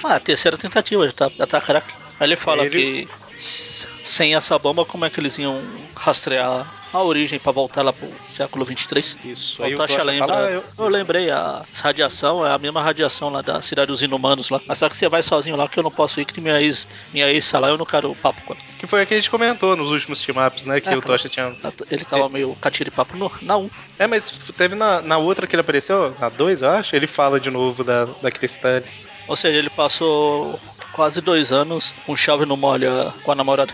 Speaker 2: Ah, a terceira tentativa, já tá, já tá craque. Aí ele fala
Speaker 1: Aí ele-
Speaker 2: que s- sem essa bomba, como é que eles iam rastrear a origem pra voltar lá pro século 23?
Speaker 1: Isso,
Speaker 2: O Tocha Então lembra.
Speaker 1: fala, "Ah,
Speaker 2: eu...
Speaker 1: eu-
Speaker 2: lembrei, a radiação é a mesma radiação lá da cidade dos inumanos lá. Mas só que você vai sozinho lá que eu não posso ir, que minha ex, minha ex tá lá, eu não quero papo com ela.
Speaker 1: Que foi o que a gente comentou nos últimos team-ups, né? Que
Speaker 2: É,
Speaker 1: o Tocha tinha.
Speaker 2: Ela t- Ele tava meio catiripapo no, na 1.
Speaker 1: É, mas teve na, na outra que ele apareceu, na 2, eu acho, ele fala de novo da, da Cristales.
Speaker 2: Ou seja, ele passou quase dois anos com chave no molha com a namorada.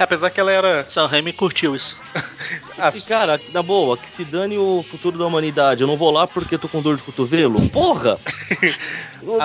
Speaker 1: Apesar que ela era.
Speaker 2: Sam Raimi curtiu isso.
Speaker 1: a-
Speaker 3: E Ah, cara, na boa, que se dane o futuro da humanidade. Eu não vou lá porque eu tô com dor de cotovelo. Porra!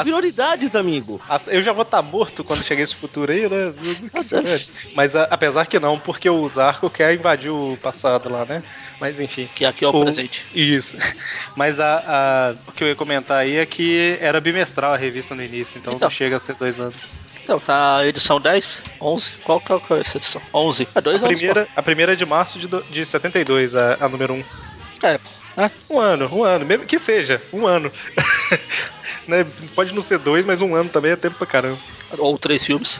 Speaker 3: Prioridades, amigo.
Speaker 1: As- Eu já vou estar morto quando chegar esse futuro aí, né?
Speaker 2: Ah,
Speaker 1: Que se dane. Mas a- apesar que não, porque o Zarco quer invadir o passado lá, né? Mas enfim.
Speaker 2: Que aqui é o
Speaker 1: O-
Speaker 2: presente.
Speaker 1: Isso. Mas a, a- o que eu ia comentar aí é que era bimestral a revista no início, então,
Speaker 2: Então.
Speaker 1: não chega a ser dois anos.
Speaker 2: Então, tá a edição 10, 11. Qual que é, qual é essa edição? 11. É dois
Speaker 1: A
Speaker 2: anos.
Speaker 1: primeira, a primeira é de março de, do- de 72, a, a número 1.
Speaker 2: pô. É, né?
Speaker 1: Um ano, um ano, mesmo que seja, um ano. Né, Pode não ser dois, mas um ano também é tempo pra caramba.
Speaker 2: Ou três filmes.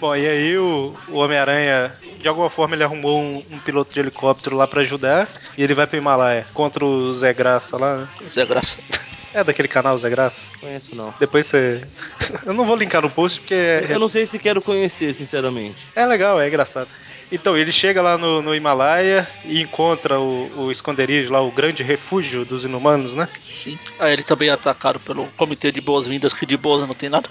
Speaker 1: Bom, e aí o, o Homem-Aranha, de alguma forma, ele arrumou um, um piloto de helicóptero lá pra ajudar e ele vai pro Himalaia contra o Zé Graça lá. né?
Speaker 2: Zé Graça.
Speaker 1: É daquele canal Zé Graça?
Speaker 3: Conheço não.
Speaker 1: Depois você. Eu não vou linkar no post porque é,
Speaker 3: Eu não sei se quero conhecer, sinceramente.
Speaker 1: é legal, é engraçado. Então, ele chega lá no, no Himalaia e encontra o, o esconderijo lá, o grande refúgio dos inumanos, né?
Speaker 2: Sim. Aí ele também é atacado pelo comitê de boas-vindas, que de boas não tem nada.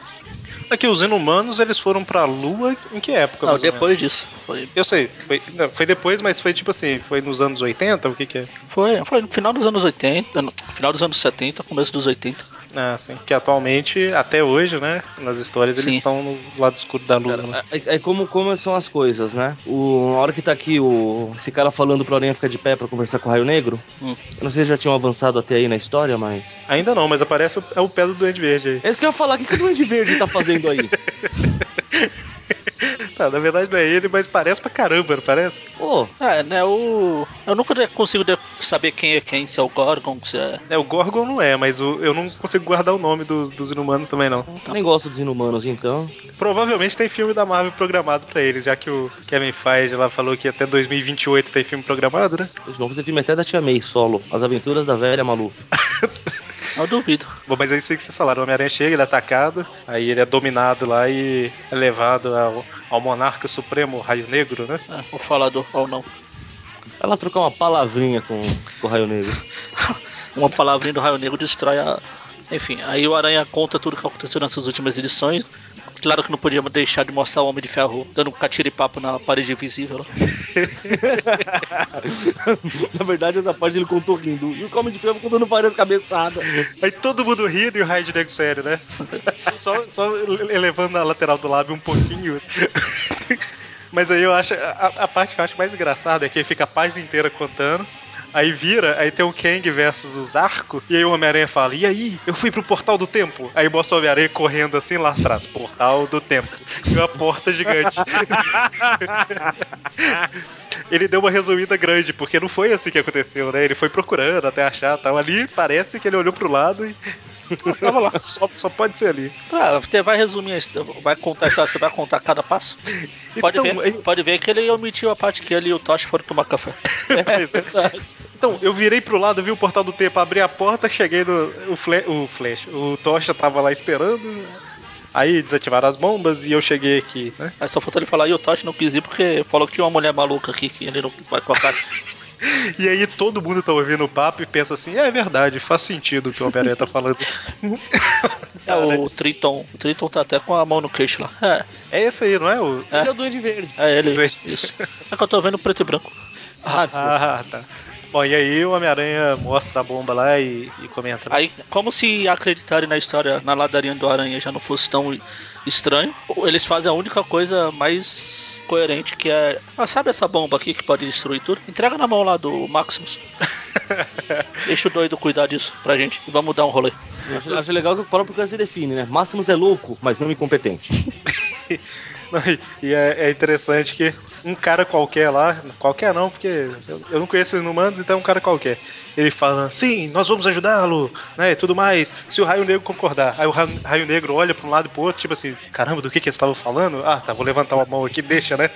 Speaker 1: É que os inumanos eles foram pra Lua em que época?
Speaker 2: Não,
Speaker 1: mais ou menos?
Speaker 2: depois disso. Foi,
Speaker 1: Eu sei, foi, não, foi depois, mas foi tipo assim, foi nos anos 80? O que que é?
Speaker 2: foi, foi no final dos anos 80, no final dos anos 70, começo dos 80.
Speaker 1: Ah, sim. Que atualmente, até hoje, né? Nas histórias,
Speaker 2: Sim.
Speaker 1: eles estão no lado escuro da lua. né?
Speaker 3: É, é- é como, como são as coisas, né? O, a hora que tá aqui o, esse cara falando pra Aranha ficar de pé pra conversar com o Raio Negro.
Speaker 2: Hum.
Speaker 3: Eu não sei se já tinham avançado até aí na história, mas.
Speaker 1: Ainda não, mas aparece o, é o pé do Duende Verde aí.
Speaker 3: É isso que eu ia falar. O que, que o Duende Verde tá fazendo aí?
Speaker 1: Tá, na verdade não é ele, mas parece pra caramba, não parece?
Speaker 3: Pô,
Speaker 2: É, né, o... Eu nunca de- consigo de- saber quem é quem, se é o Gorgon, se é...
Speaker 1: É, o Gorgon não é, mas o- eu não consigo guardar o nome dos- dos inumanos também, não.
Speaker 3: nem gosto dos inumanos, então.
Speaker 1: Provavelmente tem filme da Marvel programado pra ele, já que o Kevin Feige lá falou que até 2028 tem filme programado, né?
Speaker 3: Eles vão fazer filme até da Tia May, solo. As Aventuras da Velha Maluca.
Speaker 2: Eu duvido.
Speaker 1: Bom, mas é isso aí que vocês falaram. O Homem-Aranha chega, ele é atacado, aí ele é dominado lá e é levado ao, ao monarca supremo, o Raio Negro, né?
Speaker 2: É, o falador, ou não.
Speaker 3: Vai lá trocar uma palavrinha com, com o Raio Negro.
Speaker 2: Uma palavrinha do Raio Negro destrói a... Enfim, aí o Aranha conta tudo que aconteceu nessas últimas edições. Claro que não podíamos deixar de mostrar o Homem de Ferro dando um catiripapo na parede invisível. né?
Speaker 3: Na verdade, essa parte ele contou rindo. E o Calma de Ferro contando várias cabeçadas.
Speaker 1: Aí todo mundo rindo e o Raid nego sério, né? só, só elevando a lateral do lábio um pouquinho. Mas aí eu acho. A, a parte que eu acho mais engraçada é que ele fica a página inteira contando. Aí vira, aí tem o Kang versus o Zarco, e aí o Homem-Aranha fala: E aí, eu fui pro portal do tempo. Aí mostra o Homem-Aranha correndo assim lá atrás, portal do tempo. E uma porta gigante. ele deu uma resumida grande, porque não foi assim que aconteceu, né? Ele foi procurando até achar tal. Ali parece que ele olhou pro lado e. Tava lá, só, só pode ser ali.
Speaker 2: Ah, você vai resumir a história, vai contar a história, você vai contar cada passo. Pode,
Speaker 1: Então,
Speaker 2: ver,
Speaker 1: aí-
Speaker 2: pode ver que ele omitiu a parte que ele e o Tosh foram tomar café.
Speaker 1: Pois é. Então, eu virei pro lado, vi o portal do tempo, abri a porta, cheguei no. O, fle, o Flash, o Tocha tava lá esperando. Aí desativaram as bombas e eu cheguei aqui, né?
Speaker 2: Aí só faltou ele falar, e o Tosh não quis ir porque falou que tinha uma mulher maluca aqui que ele não vai cortar.
Speaker 1: E aí todo mundo tá ouvindo o papo e pensa assim: é verdade, faz sentido o que o Homem-Aranha tá falando.
Speaker 2: É
Speaker 1: né?
Speaker 2: o Triton. O Triton tá até com a mão no queixo lá. É,
Speaker 1: É esse aí, não é? O...
Speaker 3: Ele é o Duende Verde.
Speaker 2: é ele.
Speaker 1: Dois.
Speaker 2: Isso. É que eu tô vendo preto e branco.
Speaker 3: Ah, desculpa.
Speaker 1: Ah, tá. Bom, e aí o Homem-Aranha mostra a bomba lá e, e comenta. né?
Speaker 2: Aí, como se acreditarem na história na ladarinha do Aranha já não fosse tão estranho, eles fazem a única coisa mais coerente que é. Ah, sabe essa bomba aqui que pode destruir tudo? Entrega na mão lá do Maximus. Deixa o doido cuidar disso pra gente e vamos dar um rolê.
Speaker 3: Eu acho, acho legal que o próprio cara se define, né? Máximos é louco, mas não incompetente.
Speaker 1: Não, e- E é, é interessante que um cara qualquer lá, qualquer não, porque eu, eu não conheço os humanos, então é um cara qualquer. Ele fala, sim, nós vamos ajudá-lo, né? E tudo mais, se o raio negro concordar. Aí o raio, raio negro olha pra um lado e pro outro, tipo assim, caramba, do que, que eles estavam falando? Ah, tá, vou levantar uma mão aqui, deixa, né?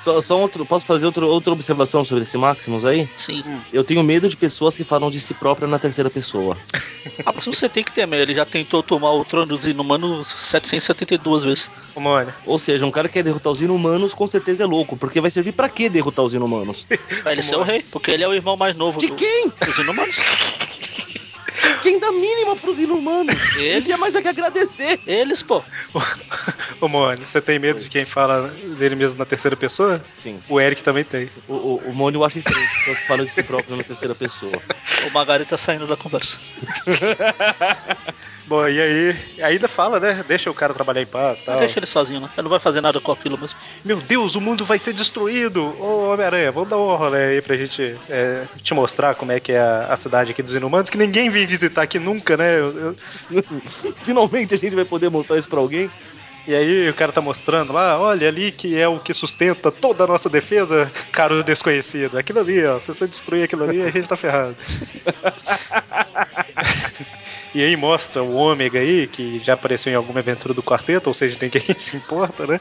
Speaker 3: Só, só um outro, posso fazer outro, outra observação sobre esse Maximus aí?
Speaker 2: Sim.
Speaker 3: Eu tenho medo de pessoas que falam de si própria na terceira pessoa.
Speaker 2: Ah, mas você tem que temer, ele já tentou tomar o trono dos inumanos 772 vezes.
Speaker 1: Ô, Mônio,
Speaker 3: Ou seja, um cara que quer derrotar os inumanos com certeza é louco, porque vai servir pra que derrotar os inumanos?
Speaker 2: Pra ele ser o rei, porque ele é o irmão mais novo
Speaker 3: De
Speaker 2: do-
Speaker 3: quem?
Speaker 2: dos inumanos.
Speaker 3: Quem dá mínima pros inumanos?
Speaker 2: Eles.
Speaker 3: Não tinha mais a que agradecer.
Speaker 2: Eles, pô.
Speaker 1: ô, Mônio, você tem medo de quem fala dele mesmo na terceira pessoa?
Speaker 3: Sim,
Speaker 1: O Eric também tem.
Speaker 3: o, o, o Mônio acha estranho, pessoas que falam de si próprio na terceira pessoa.
Speaker 2: O Magari tá saindo da conversa.
Speaker 1: Bom, e aí, ainda fala, né? Deixa o cara trabalhar em paz
Speaker 2: Mas
Speaker 1: tal.
Speaker 2: Deixa ele sozinho, né? Ele não vai fazer nada com aquilo mesmo.
Speaker 1: Meu Deus, o mundo vai ser destruído! Ô Homem-Aranha, vamos dar um rolê aí pra gente é, te mostrar como é que é a, a cidade aqui dos Inumanos, que ninguém vem visitar aqui nunca, né? Eu- eu-
Speaker 3: Finalmente a gente vai poder mostrar isso pra alguém.
Speaker 1: e aí o cara tá mostrando lá, olha ali que é o que sustenta toda a nossa defesa, caro desconhecido. Aquilo ali, ó, se você destruir aquilo ali, a gente tá ferrado. e aí mostra o Ômega aí, que já apareceu em alguma aventura do quarteto, ou seja, tem quem se importa, né?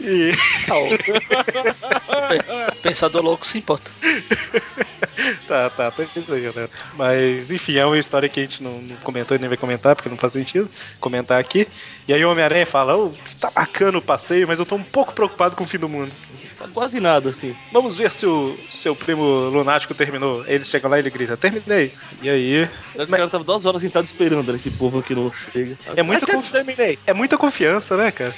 Speaker 1: E.
Speaker 2: Ah, o... Pe- Pensador louco se importa.
Speaker 1: Tá, tá, tô entendendo. né? Mas, enfim, é uma história que a gente não, não comentou e nem vai comentar, porque não faz sentido comentar aqui. E aí o Homem-Aranha fala: "Ô, tá bacana o passeio, mas eu tô um pouco preocupado com o fim do mundo.
Speaker 3: Só quase nada, assim.
Speaker 1: Vamos ver se o seu primo lunático terminou. Aí Ele chega lá e ele grita: terminei. E aí.
Speaker 3: Os caras estavam duas horas sentados esperando né, esse povo que não chega.
Speaker 1: É muito
Speaker 3: Até
Speaker 1: conf-
Speaker 3: terminei.
Speaker 1: É muita confiança, né, cara?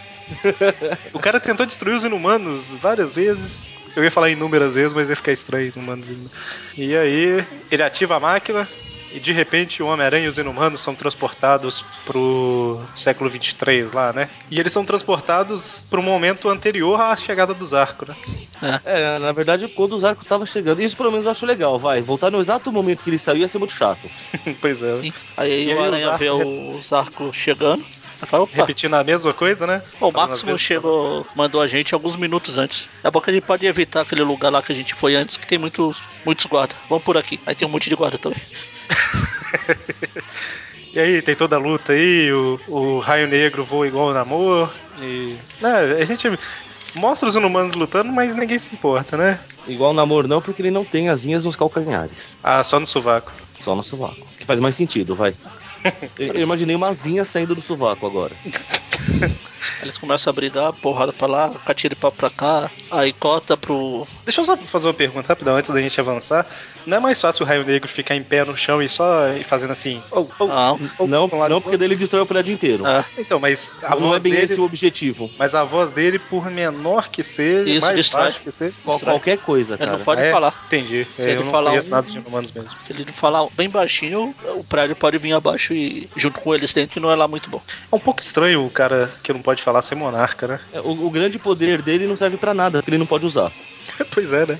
Speaker 1: o cara tentou destruir os inumanos várias vezes. Eu ia falar inúmeras vezes, mas ia ficar estranho inumanos. e inum- E aí, ele ativa a máquina e de repente o Homem-Aranha e os inumanos são transportados pro século 23 lá, né? E eles são transportados pro momento anterior à chegada dos arcos, né?
Speaker 3: É, na verdade, quando o Zarco tava chegando. Isso pelo menos eu acho legal, vai. Voltar no exato momento que ele saiu ia ser muito chato.
Speaker 1: pois é.
Speaker 2: Sim. Aí
Speaker 1: E aí
Speaker 2: o
Speaker 1: o
Speaker 2: Aranha
Speaker 1: Zarco
Speaker 2: vê
Speaker 1: re-
Speaker 2: o Zarco chegando. Aí Fala, opa,
Speaker 1: Repetindo a mesma coisa, né?
Speaker 2: o
Speaker 1: Falando
Speaker 2: Máximo
Speaker 1: as mesmas-
Speaker 2: chegou, mandou a gente alguns minutos antes. Daqui a pouco a gente pode evitar aquele lugar lá que a gente foi antes, que tem muitos, muitos guardas. Vamos por aqui. Aí tem um monte de guarda também.
Speaker 1: E aí tem toda a luta aí, o, o raio negro voa igual o namor. E. Né, a gente mostra os inumanos lutando, mas ninguém se importa, né?
Speaker 3: Igual o namoro, não, porque ele não tem asinhas nos calcanhares.
Speaker 1: Ah, só no sovaco.
Speaker 3: Só no sovaco. Que faz
Speaker 1: Um
Speaker 3: mais sentido, vai. Eu eu imaginei uma asinha saindo do sovaco agora.
Speaker 2: Eles começam a brigar, porrada pra lá, catira pra, pra cá, aí corta pro.
Speaker 1: Deixa eu só fazer uma pergunta rapidão antes da gente avançar. Não é mais fácil o raio negro ficar em pé no chão e só ir fazendo assim. ou, ou,
Speaker 2: Não.
Speaker 1: ou,
Speaker 3: Não,
Speaker 1: pra um lado
Speaker 3: não
Speaker 1: e
Speaker 3: porque
Speaker 1: pro outro?
Speaker 3: dele destrói o prédio inteiro.
Speaker 2: É,
Speaker 1: Então, mas a
Speaker 3: não
Speaker 1: voz
Speaker 3: é bem
Speaker 1: dele.
Speaker 3: esse o objetivo.
Speaker 1: Mas a voz dele, por menor que seja,
Speaker 2: Isso,
Speaker 1: mais
Speaker 2: destrói.
Speaker 1: baixo que seja.
Speaker 3: Qual-
Speaker 2: Destrói.
Speaker 3: qualquer coisa,
Speaker 2: ele
Speaker 3: cara.
Speaker 2: não pode
Speaker 1: Ah, é?
Speaker 2: falar.
Speaker 1: Entendi.
Speaker 2: Se
Speaker 1: É,
Speaker 2: ele
Speaker 1: eu não
Speaker 2: falar
Speaker 1: conheço
Speaker 2: um-
Speaker 1: nada de humanos mesmo.
Speaker 2: Se ele não falar bem baixinho, o prédio pode vir abaixo e junto com eles dentro, que não é lá muito bom.
Speaker 1: É um pouco estranho o cara que não pode falar ser monarca, né?
Speaker 3: É, O, o grande poder dele não serve pra nada, porque ele não pode usar.
Speaker 1: pois é, né?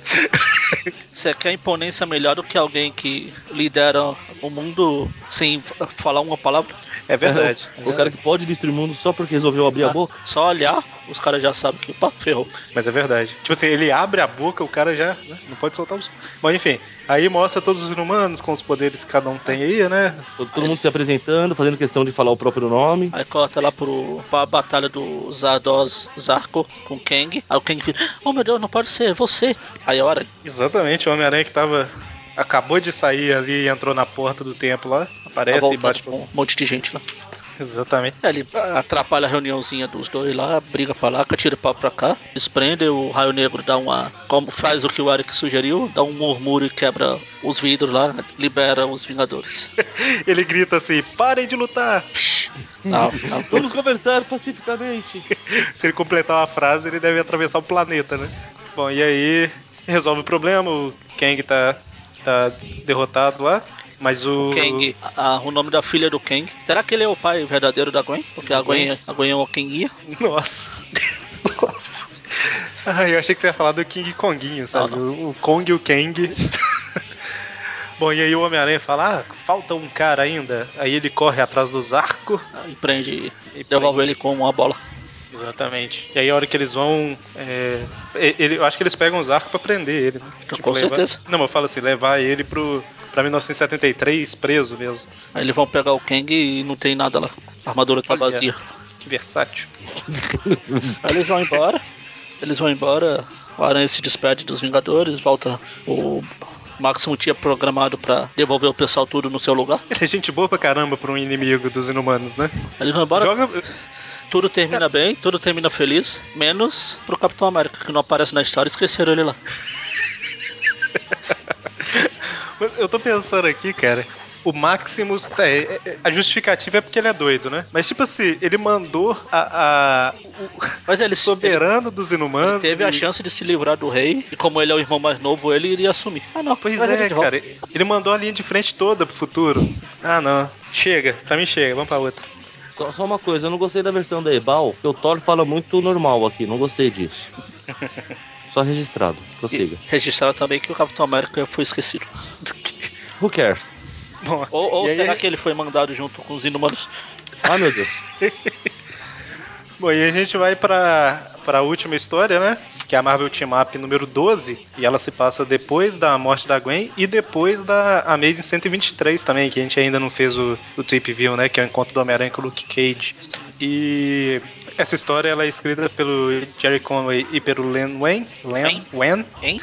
Speaker 2: Você quer imponência melhor do que alguém que lidera o mundo sem f- falar uma palavra?
Speaker 1: É verdade.
Speaker 3: O cara que pode destruir o mundo só porque resolveu abrir a boca.
Speaker 2: Só olhar, os caras já sabem que, pá, ferrou.
Speaker 1: Mas é verdade. Tipo assim, ele abre a boca, o cara já né, não pode soltar os. Mas enfim, aí mostra todos os humanos com os poderes que cada um tem aí, né?
Speaker 3: Todo, todo mundo se apresentando, fazendo questão de falar o próprio nome.
Speaker 2: Aí corta lá pro, pra batalha do Zardoz Zarco com o Kang. Aí o Kang fica, oh meu Deus, não pode ser, é você. Aí a hora,
Speaker 1: Exatamente, o Homem-Aranha que tava. Acabou de sair ali e entrou na porta do templo lá. Aparece
Speaker 2: tá
Speaker 1: e bate.
Speaker 2: com um monte de gente lá.
Speaker 1: Exatamente.
Speaker 2: Aí ele atrapalha a reuniãozinha dos dois lá, briga pra lá, tira pau pra cá. Eles prendem, o Raio Negro dá uma... Como faz o que o Eric sugeriu, dá um murmúrio e quebra os vidros lá, libera os Vingadores.
Speaker 1: Ele grita assim: parem de lutar!
Speaker 2: Não, não.
Speaker 3: Vamos conversar pacificamente.
Speaker 1: Se ele completar uma frase, ele deve atravessar o planeta, né? Bom, e aí resolve o problema, o Kang tá, tá derrotado lá, mas o.
Speaker 2: Kang, a- a- o nome da filha do Kang. Será que ele é o pai verdadeiro da Gwen? Porque a Gwen, é- a Gwen é o Kangia.
Speaker 1: Nossa. Nossa. Ai, eu achei que você ia falar do King Konguinho, sabe?
Speaker 2: Não,
Speaker 1: O Kong e o Kang. Bom, e aí o Homem-Aranha fala, ah, falta um cara ainda. Aí ele corre atrás do Zarco.
Speaker 2: né, E prende, e devolve ele com uma bola.
Speaker 1: Exatamente. E aí a hora que eles vão. é, e- ele, eu acho que eles pegam o Zarco pra prender ele. né?
Speaker 2: Com certeza.
Speaker 1: Levar, não, mas eu falo assim, levar ele pro. pra 1973, preso mesmo.
Speaker 2: Aí eles vão pegar o Kang e não tem nada lá. A armadura tá
Speaker 1: Olha.
Speaker 2: vazia.
Speaker 1: Que versátil.
Speaker 2: Aí eles vão embora. Eles vão embora. O Aranha se despede dos Vingadores. Volta o Máximo tinha programado pra devolver o pessoal tudo no seu lugar.
Speaker 1: Ele é gente boa pra caramba pra um inimigo dos inumanos, né?
Speaker 2: Eles vão embora.
Speaker 1: Joga.
Speaker 2: Tudo termina bem, tudo termina feliz. Menos pro Capitão América, que não aparece na história. Esqueceram ele lá.
Speaker 1: Eu tô pensando aqui, cara. O Maximus, tá, é- é- a justificativa é porque ele é doido, né? Mas, tipo assim, ele mandou a, a- o
Speaker 2: Mas ele soube.
Speaker 1: soberano dos inumanos.
Speaker 2: Ele teve a
Speaker 1: e-
Speaker 2: chance de se livrar do rei, e como ele é o irmão mais novo, ele iria assumir. Ah, não,
Speaker 1: Pois
Speaker 2: mas
Speaker 1: é,
Speaker 2: ele volta.
Speaker 1: cara. Ele mandou a linha de frente toda pro futuro. Ah, não. Chega. Pra mim, chega. Vamos pra outra.
Speaker 3: Só, só uma coisa, eu não gostei da versão da Ebal, que o Thor fala muito normal aqui, não gostei disso. Só registrado, prossiga.
Speaker 2: Registraram também que o Capitão América foi esquecido.
Speaker 3: Who cares?
Speaker 1: Bom,
Speaker 2: Ou, ou
Speaker 1: e aí-
Speaker 2: será que ele foi mandado junto com os inumanos?
Speaker 3: Ah, meu Deus.
Speaker 1: Bom, e a gente vai pra, pra última história, né? Que é a Marvel Team Up número 12. E ela se passa depois da morte da Gwen e depois da Amazing 123 também, que a gente ainda não fez o, o Trip View, né? Que é o encontro do Homem-Aranha com o Luke Cage. E essa história ela é escrita pelo Jerry Conway e pelo Len Wayne. Len
Speaker 2: Hein?
Speaker 1: Wayne.
Speaker 2: Hein?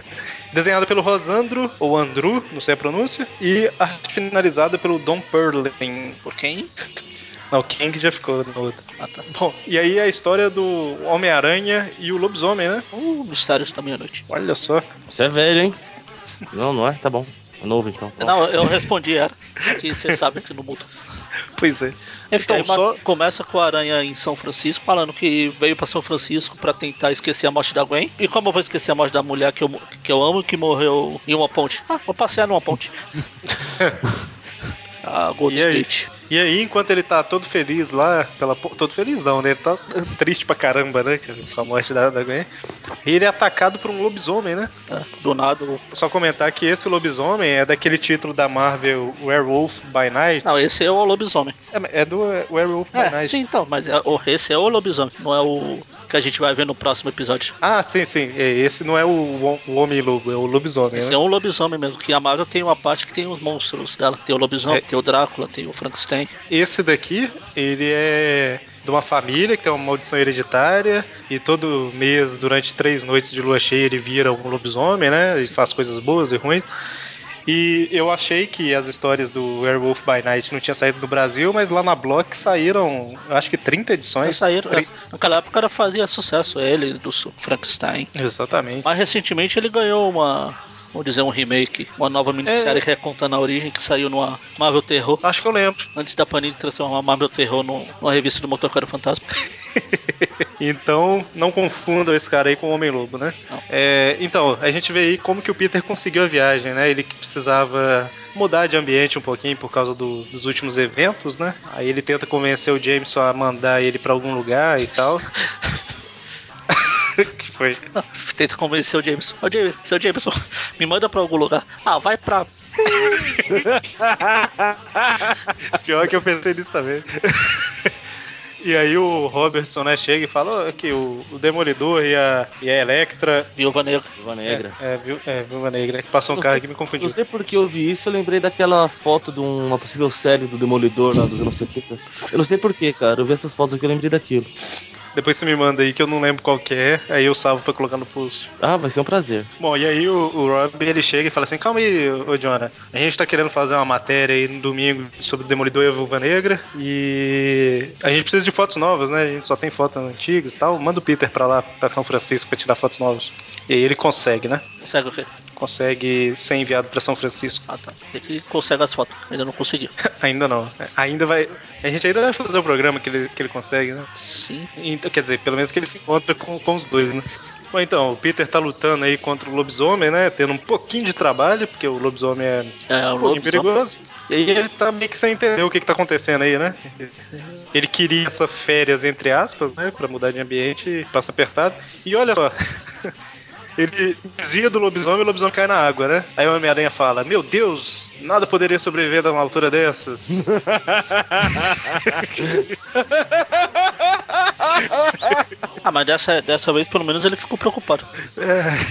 Speaker 1: Desenhada pelo Rosandro, ou Andrew, não sei a pronúncia. E arte finalizada pelo Don Perlin.
Speaker 2: Por quem?
Speaker 1: Não, o King já ficou no outro.
Speaker 2: Ah, tá.
Speaker 1: Bom, e aí a história do Homem-Aranha e o Lobisomem, né?
Speaker 2: Uh, Mistérios da Meia-Noite.
Speaker 1: Olha só.
Speaker 3: Você é velho, hein? Não, não é? Tá bom. É novo então.
Speaker 2: Não, eu respondi, era. Que você sabe que não muda.
Speaker 1: Pois é.
Speaker 2: Enfim,
Speaker 1: Então,
Speaker 2: aí ma-
Speaker 1: só-
Speaker 2: começa com a Aranha em São Francisco, falando que veio pra São Francisco pra tentar esquecer a morte da Gwen. E como eu vou esquecer a morte da mulher que eu, mo- que eu amo, que morreu em uma ponte? Ah, vou passear numa ponte. Ah, a
Speaker 1: E
Speaker 2: Golden
Speaker 1: aí?
Speaker 2: Gate.
Speaker 1: E aí, enquanto ele tá todo feliz lá, pela po- todo feliz não, né? Ele tá triste pra caramba, né? Com a morte da, da Gwen. E ele é atacado por um lobisomem, né?
Speaker 2: Tá? Do nada. o-
Speaker 1: Só comentar que esse lobisomem é daquele título da Marvel Werewolf by Night.
Speaker 2: Não, esse é o lobisomem.
Speaker 1: É, é do é, Werewolf by
Speaker 2: É,
Speaker 1: Night.
Speaker 2: sim, então, mas é o- esse é o lobisomem, não é o que a gente vai ver no próximo episódio.
Speaker 1: Ah, sim, sim. É, Esse não é o, o Homem-Lobo, é o lobisomem,
Speaker 2: Esse
Speaker 1: né?
Speaker 2: é um lobisomem mesmo, que a Marvel tem uma parte que tem os monstros dela. Tem o lobisomem,
Speaker 1: É.
Speaker 2: tem o Drácula, tem o Frankenstein.
Speaker 1: Esse daqui, ele é de uma família que tem uma maldição hereditária e todo mês, durante três noites de lua cheia, ele vira um lobisomem, né? E faz coisas boas e ruins. E eu achei que as histórias do Werewolf by Night não tinham saído do Brasil, mas lá na Block saíram, eu acho que 30 edições.
Speaker 2: Mas saíram. é.
Speaker 1: Tri-
Speaker 2: Naquela época era- fazia sucesso ele, do Su- Frankenstein.
Speaker 1: Exatamente.
Speaker 2: Mais recentemente ele ganhou uma. Vamos dizer, um remake, uma nova minissérie recontando a origem que saiu numa Marvel Terror,
Speaker 1: Acho que eu lembro.
Speaker 2: antes da Panini transformar a Marvel Terror num- numa revista do Motoqueiro Fantasma.
Speaker 1: Então, não confundam esse cara aí com o Homem-Lobo, né?
Speaker 2: Não.
Speaker 1: É, então, a gente vê aí como que o Peter conseguiu a viagem, né? Ele que precisava mudar de ambiente um pouquinho por causa do- dos últimos eventos, né? Aí ele tenta convencer o Jameson a mandar ele pra algum lugar e tal. que foi?
Speaker 2: Não, Tenta convencer o Jameson. Ô James, seu Jameson, me manda pra algum lugar. Ah, vai pra.
Speaker 1: Pior que eu pensei nisso também. E aí o Robertson, né, chega e fala "Ó, que o, o Demolidor e a, e a Electra...
Speaker 2: Viúva Negra.
Speaker 3: Viva Negra.
Speaker 1: É, viu, é, Viúva Negra. que Passou um
Speaker 3: Não
Speaker 1: cara
Speaker 3: sei-
Speaker 1: que me
Speaker 3: Não
Speaker 1: confundiu.
Speaker 3: sei porque eu vi isso, eu lembrei daquela foto de uma possível série do Demolidor lá dos anos 70. Eu não sei porquê, cara. Eu vi essas fotos aqui eu lembrei daquilo.
Speaker 1: Depois você me manda aí que eu não lembro qual que é, aí eu salvo pra colocar no post.
Speaker 3: Ah, vai ser um prazer.
Speaker 1: Bom, e aí o, o Rob ele chega e fala assim: calma aí, ô Jonah, a gente tá querendo fazer uma matéria aí no domingo sobre o Demolidor e a Vulva Negra e a gente precisa de fotos novas, né? A gente só tem fotos antigas e tal. Manda o Peter pra lá, pra São Francisco, pra tirar fotos novas. E aí ele consegue, né?
Speaker 2: Consegue o quê?
Speaker 1: Consegue ser enviado pra São Francisco.
Speaker 2: Ah tá. Você que consegue as fotos. Ainda não conseguiu.
Speaker 1: Ainda não. Ainda vai. A gente ainda vai fazer o programa que ele, que ele consegue, né?
Speaker 2: Sim.
Speaker 1: Então, quer dizer, pelo menos que ele se encontra com, com os dois, né? Bom, então, o Peter tá lutando aí contra o lobisomem, né? Tendo um pouquinho de trabalho, porque o lobisomem é um pouquinho
Speaker 2: É, o Lobisomem.
Speaker 1: perigoso. E aí ele tá meio que sem entender o que, que tá acontecendo aí, né? Ele queria essa férias, entre aspas, né? Pra mudar de ambiente, e passa apertado. E olha só. Ele desvia do lobisomem e o lobisomem cai na água, né? Aí o Homem-Aranha fala: Meu Deus, nada poderia sobreviver a uma altura dessas.
Speaker 2: Ah, mas dessa, dessa vez pelo menos ele ficou preocupado.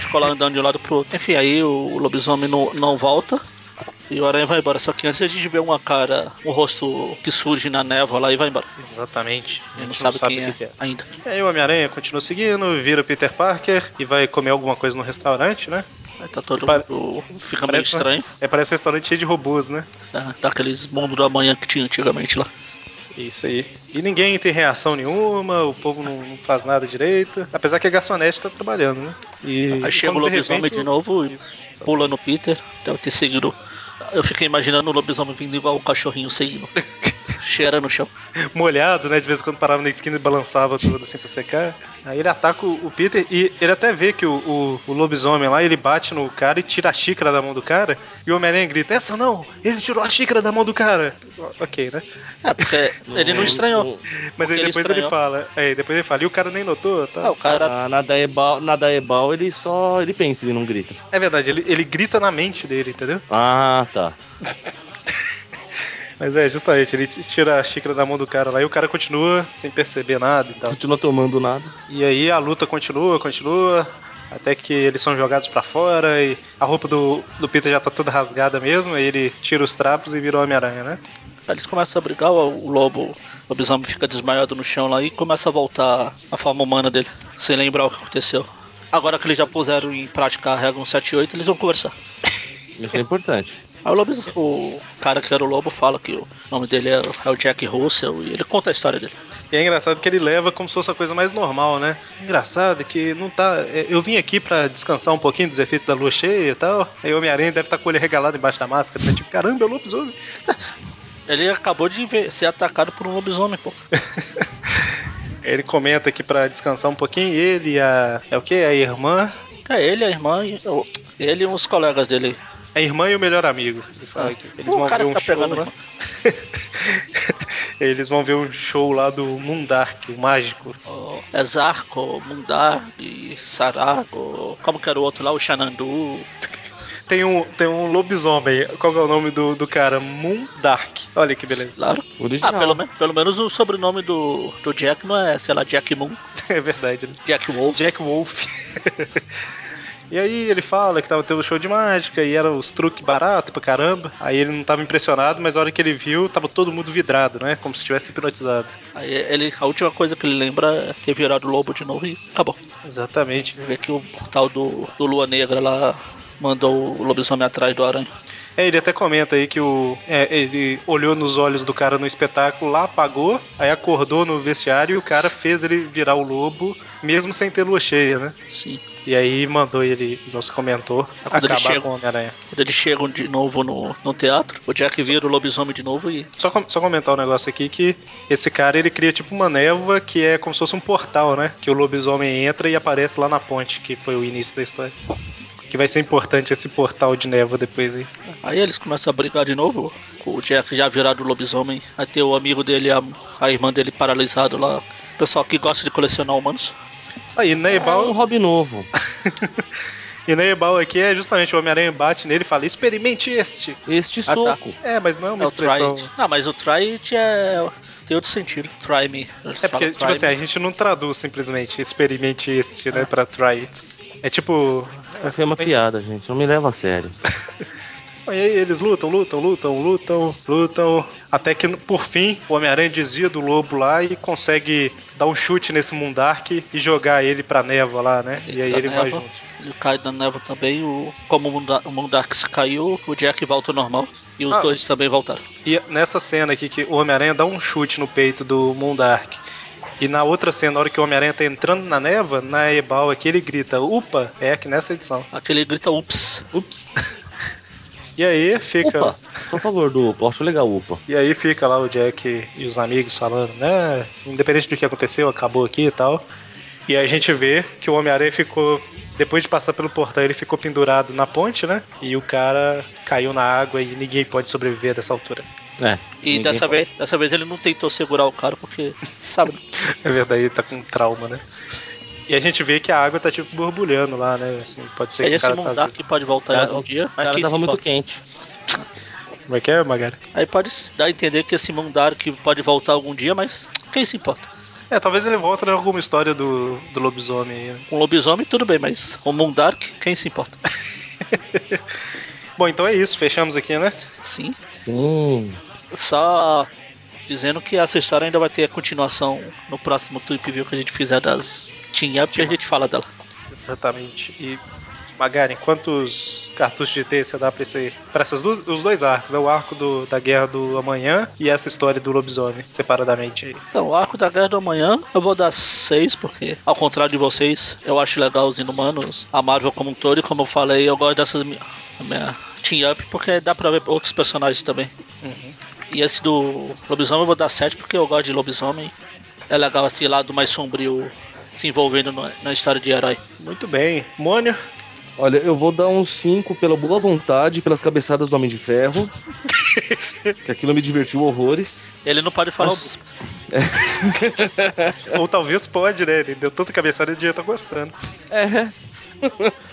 Speaker 2: Ficou lá andando de um lado pro outro. Enfim, aí o lobisomem não, não volta. E o aranha vai embora. Só que antes a gente vê uma cara, um rosto que surge na névoa lá e vai embora.
Speaker 1: Exatamente.
Speaker 2: Ele não sabe, quem é, ainda.
Speaker 1: E aí o Homem-Aranha continua seguindo, vira Peter Parker e vai comer alguma coisa no restaurante, né?
Speaker 2: Aí tá todo
Speaker 1: Pare-
Speaker 2: mundo. Fica meio
Speaker 1: parece-
Speaker 2: estranho.
Speaker 1: É, parece um restaurante cheio de robôs, né?
Speaker 2: Tá, daqueles mundos da manhã que tinha antigamente lá.
Speaker 1: Isso aí. E ninguém tem reação nenhuma, o povo não, não faz nada direito. Apesar que a garçonete tá trabalhando, né? E
Speaker 2: Aí chega o
Speaker 1: quando, de
Speaker 2: lobisomem
Speaker 1: repente,
Speaker 2: de novo e
Speaker 1: Isso.
Speaker 2: pula no Peter, então deve ter seguido. Eu fiquei imaginando o lobisomem vindo igual o cachorrinho seguindo. Cheira no chão.
Speaker 1: molhado, né? De vez em quando parava na esquina e balançava tudo assim pra secar. Aí ele ataca o, o Peter e ele até vê que o, o- o lobisomem lá, ele bate no cara e tira a xícara da mão do cara. E o Homem-Aranha grita, essa não! Ele tirou a xícara da mão do cara! Ok, né?
Speaker 2: É, porque ele não estranhou.
Speaker 1: Mas
Speaker 2: Porque
Speaker 1: aí
Speaker 2: ele
Speaker 1: depois ele
Speaker 2: estranhou.
Speaker 1: fala. É, depois ele fala, e o cara nem notou,
Speaker 2: Ah,
Speaker 1: tá?
Speaker 2: o cara
Speaker 3: Ah, na Daebal, na Daebal é ele só. ele pensa, ele não grita.
Speaker 1: É verdade, ele, ele grita na mente dele, entendeu?
Speaker 3: Ah, tá.
Speaker 1: Mas é, justamente, ele t- tira a xícara da mão do cara lá e o cara continua sem perceber nada e tal.
Speaker 3: Tá. Continua tomando nada.
Speaker 1: E aí a luta continua, continua, até que eles são jogados pra fora e a roupa do, do Peter já tá toda rasgada mesmo, aí ele tira os trapos e vira o Homem-Aranha, né?
Speaker 2: Aí Eles começam a brigar, o o lobo, o lobisomem fica desmaiado no chão lá e começa a voltar à forma humana dele, sem lembrar o que aconteceu. Agora que eles já puseram em prática a regra 178, eles vão conversar.
Speaker 3: Isso é importante.
Speaker 2: Aí o, lobis, o cara que era o lobo fala que o nome dele é, é o Jack Russell e ele conta a história dele.
Speaker 1: E é engraçado que ele leva como se fosse a coisa mais normal, né? Engraçado que não tá. é, Eu vim aqui pra descansar um pouquinho dos efeitos da lua cheia e tal. Aí o Homem-Aranha deve estar com o olho regalado embaixo da máscara, né? Tipo, caramba, é o lobisomem.
Speaker 2: Ele acabou de ver- ser atacado por um lobisomem, pô.
Speaker 1: Ele comenta aqui pra descansar um pouquinho, ele e a. É o quê? A irmã.
Speaker 2: É ele, a irmã, e, o- ele e uns colegas dele.
Speaker 1: A irmã e o melhor amigo. Ele fala
Speaker 2: Ah.
Speaker 1: que eles
Speaker 2: O
Speaker 1: vão
Speaker 2: cara
Speaker 1: ver
Speaker 2: que
Speaker 1: um
Speaker 2: tá
Speaker 1: show
Speaker 2: pegando a
Speaker 1: lá. eles vão ver um show lá do Mundark, o mágico.
Speaker 2: O Exarco, Mundark, Sarago, como que era o outro lá, o Xanandu.
Speaker 1: Tem um, tem um lobisomem. Qual que é o nome do, do cara? Mundark. Olha que beleza.
Speaker 2: Claro.
Speaker 3: Original.
Speaker 2: Ah, pelo, men- pelo menos o sobrenome do, do Jack não é, sei lá, Jack Moon,
Speaker 1: É verdade, né?
Speaker 2: Jack Wolf.
Speaker 1: Jack Wolf. E aí ele fala que tava tendo show de mágica e era os truques baratos pra caramba. Aí ele não tava impressionado, mas a hora que ele viu, tava todo mundo vidrado, né? Como se tivesse hipnotizado.
Speaker 2: Aí ele, a última coisa que ele lembra é ter virado lobo de novo e acabou.
Speaker 1: Exatamente.
Speaker 2: Vê que o tal do, do Lua Negra lá mandou o lobisomem atrás do aranha.
Speaker 1: É, ele até comenta aí que o, é, ele olhou nos olhos do cara no espetáculo, lá apagou, aí acordou no vestiário e o cara fez ele virar o lobo, mesmo sem ter lua cheia, né?
Speaker 2: Sim.
Speaker 1: E aí mandou ele, nos comentou,
Speaker 2: quando ele
Speaker 1: acabar
Speaker 2: chega-
Speaker 1: com o Homem-Aranha.
Speaker 2: Quando eles chegam de novo no, no teatro, o Jack vira o lobisomem de novo e.
Speaker 1: Só, com- só comentar um negócio aqui que esse cara ele cria tipo uma névoa que é como se fosse um portal, né? Que o lobisomem entra e aparece lá na ponte, que foi o início da história. Que vai ser importante esse portal de névoa depois aí.
Speaker 2: Aí eles começam a brigar de novo. com O Jack já virado lobisomem. Aí tem o amigo dele, a, a irmã dele paralisado lá. O pessoal que gosta de colecionar humanos.
Speaker 1: Tá Aí,
Speaker 3: É um
Speaker 1: Neibal,
Speaker 3: hobby novo.
Speaker 1: e Neibal aqui é justamente o Homem-Aranha bate nele e fala: experimente este.
Speaker 3: Este
Speaker 2: tá.
Speaker 3: soco.
Speaker 1: É, mas não é uma
Speaker 2: É o try.
Speaker 1: expressão.
Speaker 2: Não, mas o try it é. Tem outro sentido. Try me. Eles
Speaker 1: É
Speaker 2: falam
Speaker 1: porque, tipo
Speaker 2: try
Speaker 1: assim, a gente não traduz simplesmente experimente este, né, pra try it. É tipo.
Speaker 3: Foi uma piada, gente. Não me leva a sério.
Speaker 1: E aí eles lutam, lutam, lutam, lutam, lutam. Até que, por fim, o Homem-Aranha desvia do lobo lá e consegue dar um chute nesse Mundark e jogar ele pra névoa lá, né?
Speaker 2: Dentro
Speaker 1: E aí
Speaker 2: da
Speaker 1: ele vai
Speaker 2: névoa.
Speaker 1: junto.
Speaker 2: tá Ele cai na névoa também, o, como o Munda- o Mundax caiu, o Jack volta ao normal. E os
Speaker 1: Ah.
Speaker 2: dois também voltaram.
Speaker 1: E nessa cena aqui que o Homem-Aranha dá um chute no peito do Mundark. E na outra cena, na hora que o Homem-Aranha tá entrando na névoa, na Ebal aqui ele grita, upa, é aqui nessa edição.
Speaker 2: Aquele grita ups.
Speaker 1: Ups. E aí fica.
Speaker 3: Upa, sou a favor do Upa. Acho legal o Upa.
Speaker 1: E aí fica lá o Jack e os amigos falando, né? Independente do que aconteceu, acabou aqui e tal. E aí a gente vê que o Homem-Aranha ficou. Depois de passar pelo portão, ele ficou pendurado na ponte, né? E o cara caiu na água e ninguém pode sobreviver dessa altura.
Speaker 3: É.
Speaker 2: E
Speaker 3: ninguém
Speaker 2: dessa
Speaker 3: pode.
Speaker 2: vez, dessa vez ele não tentou segurar o cara, porque, sabe,
Speaker 1: É verdade, ele tá com trauma, né? E a gente vê que a água tá tipo borbulhando lá, né? Assim, pode ser
Speaker 2: é
Speaker 1: que o
Speaker 2: esse
Speaker 1: cara tá.
Speaker 2: Mundax que pode voltar em
Speaker 3: Cara,
Speaker 2: algum
Speaker 3: É, o
Speaker 2: um dia. mas
Speaker 3: cara
Speaker 2: quem
Speaker 3: tava
Speaker 2: se
Speaker 3: muito
Speaker 2: importa?
Speaker 3: quente.
Speaker 1: Como é que é, Magari?
Speaker 2: Aí pode se dar a entender que esse Mundark pode voltar algum dia, mas quem se importa?
Speaker 1: É, talvez ele volte em alguma história do, do lobisomem aí, né?
Speaker 2: Um lobisomem, tudo bem, mas o Mundark, quem se importa?
Speaker 1: Bom, então é isso, fechamos aqui, né?
Speaker 2: Sim.
Speaker 3: Sim.
Speaker 2: Só dizendo que essa história ainda vai ter a continuação no próximo Tweep View que a gente fizer das Team Up, que a gente fala dela.
Speaker 1: Exatamente. E Magaren, quantos cartuchos de T você dá pra, esse, pra esses dois, os dois arcos, né? O arco do- da Guerra do Amanhã e essa história do lobisomem, separadamente.
Speaker 2: Então, o arco da Guerra do Amanhã, eu vou dar 6, porque, ao contrário de vocês, eu acho legal os inumanos, a Marvel como um todo, e como eu falei, eu gosto dessas mi- minha team up, porque dá pra ver outros personagens também. E esse do lobisomem eu vou dar 7, porque eu gosto de lobisomem. É legal esse lado mais sombrio se envolvendo no- na história de herói.
Speaker 1: Muito bem. Mônio,
Speaker 3: Olha, eu vou dar uns 5 pela boa vontade, pelas cabeçadas do Homem de Ferro. que aquilo me divertiu horrores.
Speaker 2: Ele não pode falar
Speaker 3: Nossa.
Speaker 2: o
Speaker 1: ou talvez pode, né? Ele deu tanta cabeçada de dia tá gostando.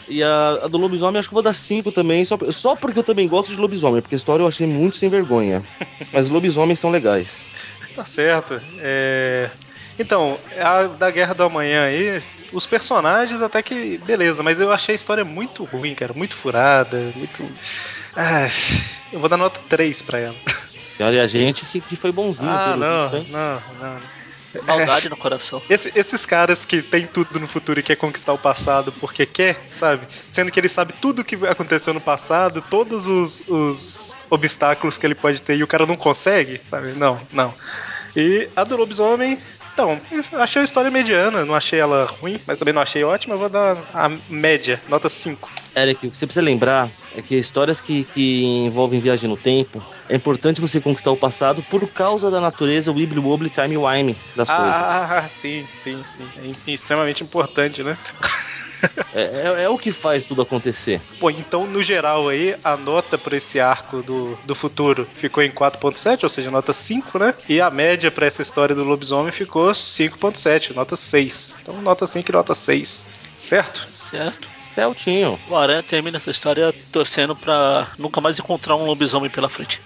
Speaker 3: E a, a do lobisomem, acho que eu vou dar 5 também, só, só porque eu também gosto de lobisomem, porque a história eu achei muito sem vergonha. Mas os lobisomens são legais.
Speaker 1: Tá certo. É, Então, a da Guerra do Amanhã aí, os personagens até que. Beleza, mas eu achei a história muito ruim, cara. Muito furada, muito. Ah, eu vou dar nota 3 pra ela.
Speaker 3: Senhora, e a gente que, que foi bonzinho
Speaker 1: ah,
Speaker 3: pelo
Speaker 1: não,
Speaker 3: visto, hein?
Speaker 1: não, não.
Speaker 2: maldade no coração.
Speaker 1: Esse- esses caras que tem tudo no futuro e quer conquistar o passado porque quer, sabe? Sendo que ele sabe tudo o que aconteceu no passado, todos os, os obstáculos que ele pode ter e o cara não consegue, sabe? Não, não. E a do lobisomem. Então, eu achei a história mediana, não achei ela ruim, mas também não achei ótima, eu vou dar a média, nota 5.
Speaker 3: Eric, o que você precisa lembrar é que histórias que, que envolvem viagem no tempo, é importante você conquistar o passado por causa da natureza Wibbly Wobbly Time Wine das coisas.
Speaker 1: Ah, sim, sim, sim. É extremamente importante, né?
Speaker 3: É, é- é o que faz tudo acontecer.
Speaker 1: Pô, então no geral aí, a nota pra esse arco do, do futuro ficou em 4.7, ou seja, nota 5, né? E a média pra essa história do lobisomem ficou 5.7, nota 6. Então nota 5 e nota 6, certo?
Speaker 2: Certo?
Speaker 3: Celtinho.
Speaker 2: O Aranha termina essa história torcendo pra nunca mais encontrar um lobisomem pela frente.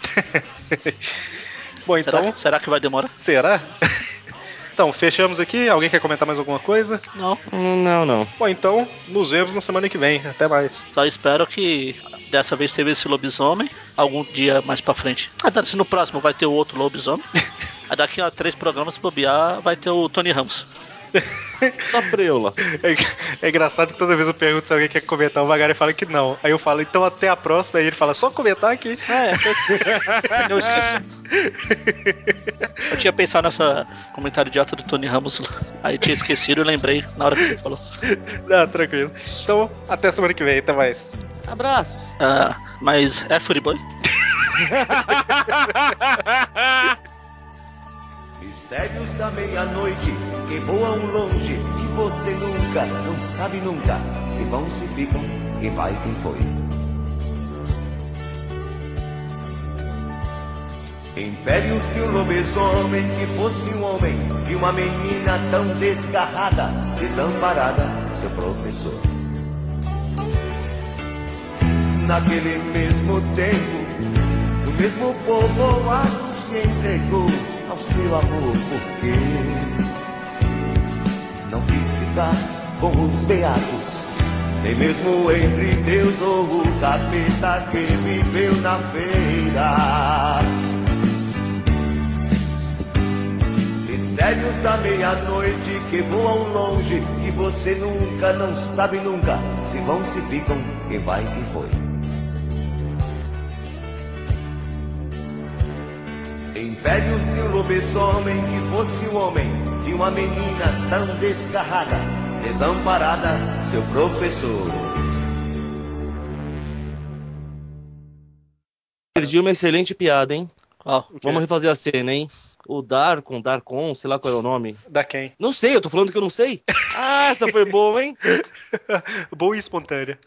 Speaker 1: Bom, então,
Speaker 2: Será, que- será que vai demorar?
Speaker 1: será? então, fechamos aqui. Alguém quer comentar mais alguma coisa?
Speaker 2: Não.
Speaker 3: Hum, Não, não.
Speaker 1: Bom, então, nos vemos na semana que vem. Até mais.
Speaker 2: Só espero que dessa vez teve esse lobisomem algum dia mais pra frente. Ah, tá, se no próximo vai ter o outro lobisomem. Aí daqui a três programas, se bobear, vai ter o Tony Ramos.
Speaker 3: Na preula.
Speaker 1: É, é engraçado que toda vez eu pergunto se alguém quer comentar, o Magari fala que não. Aí eu falo, então até a próxima. Aí ele fala, só comentar aqui.
Speaker 2: É, eu, eu esqueci. Eu tinha pensado nessa comentário idiota do Tony Ramos lá. Aí eu tinha esquecido e lembrei na hora que você falou.
Speaker 1: Não, tranquilo. Então, até semana que vem, até mais.
Speaker 3: Abraços.
Speaker 2: Ah, mas é Furiboy?
Speaker 6: Mistérios da meia-noite que voam longe e você nunca, não sabe nunca se vão, se ficam e vai quem foi. Impérios de um lobisomem que fosse um homem e uma menina tão desgarrada, desamparada, seu professor. Naquele mesmo tempo, o mesmo povoado se entregou ao seu amor, porque não quis ficar com os beatos, nem mesmo entre Deus ou o capeta que viveu na feira. Mistérios da meia-noite que voam longe e você nunca, não sabe nunca se vão, se ficam, quem vai, quem foi. Impérios de um lobisomem que fosse o homem de uma menina tão desgarrada, desamparada, seu professor.
Speaker 3: Perdi uma excelente piada, hein?
Speaker 2: Ó,
Speaker 3: Vamos refazer a cena, hein? O Darkon, Darkon, sei lá qual era o nome.
Speaker 1: Da quem?
Speaker 3: Não sei, eu tô falando que eu não sei. Ah, essa foi boa, hein?
Speaker 1: Boa e espontânea.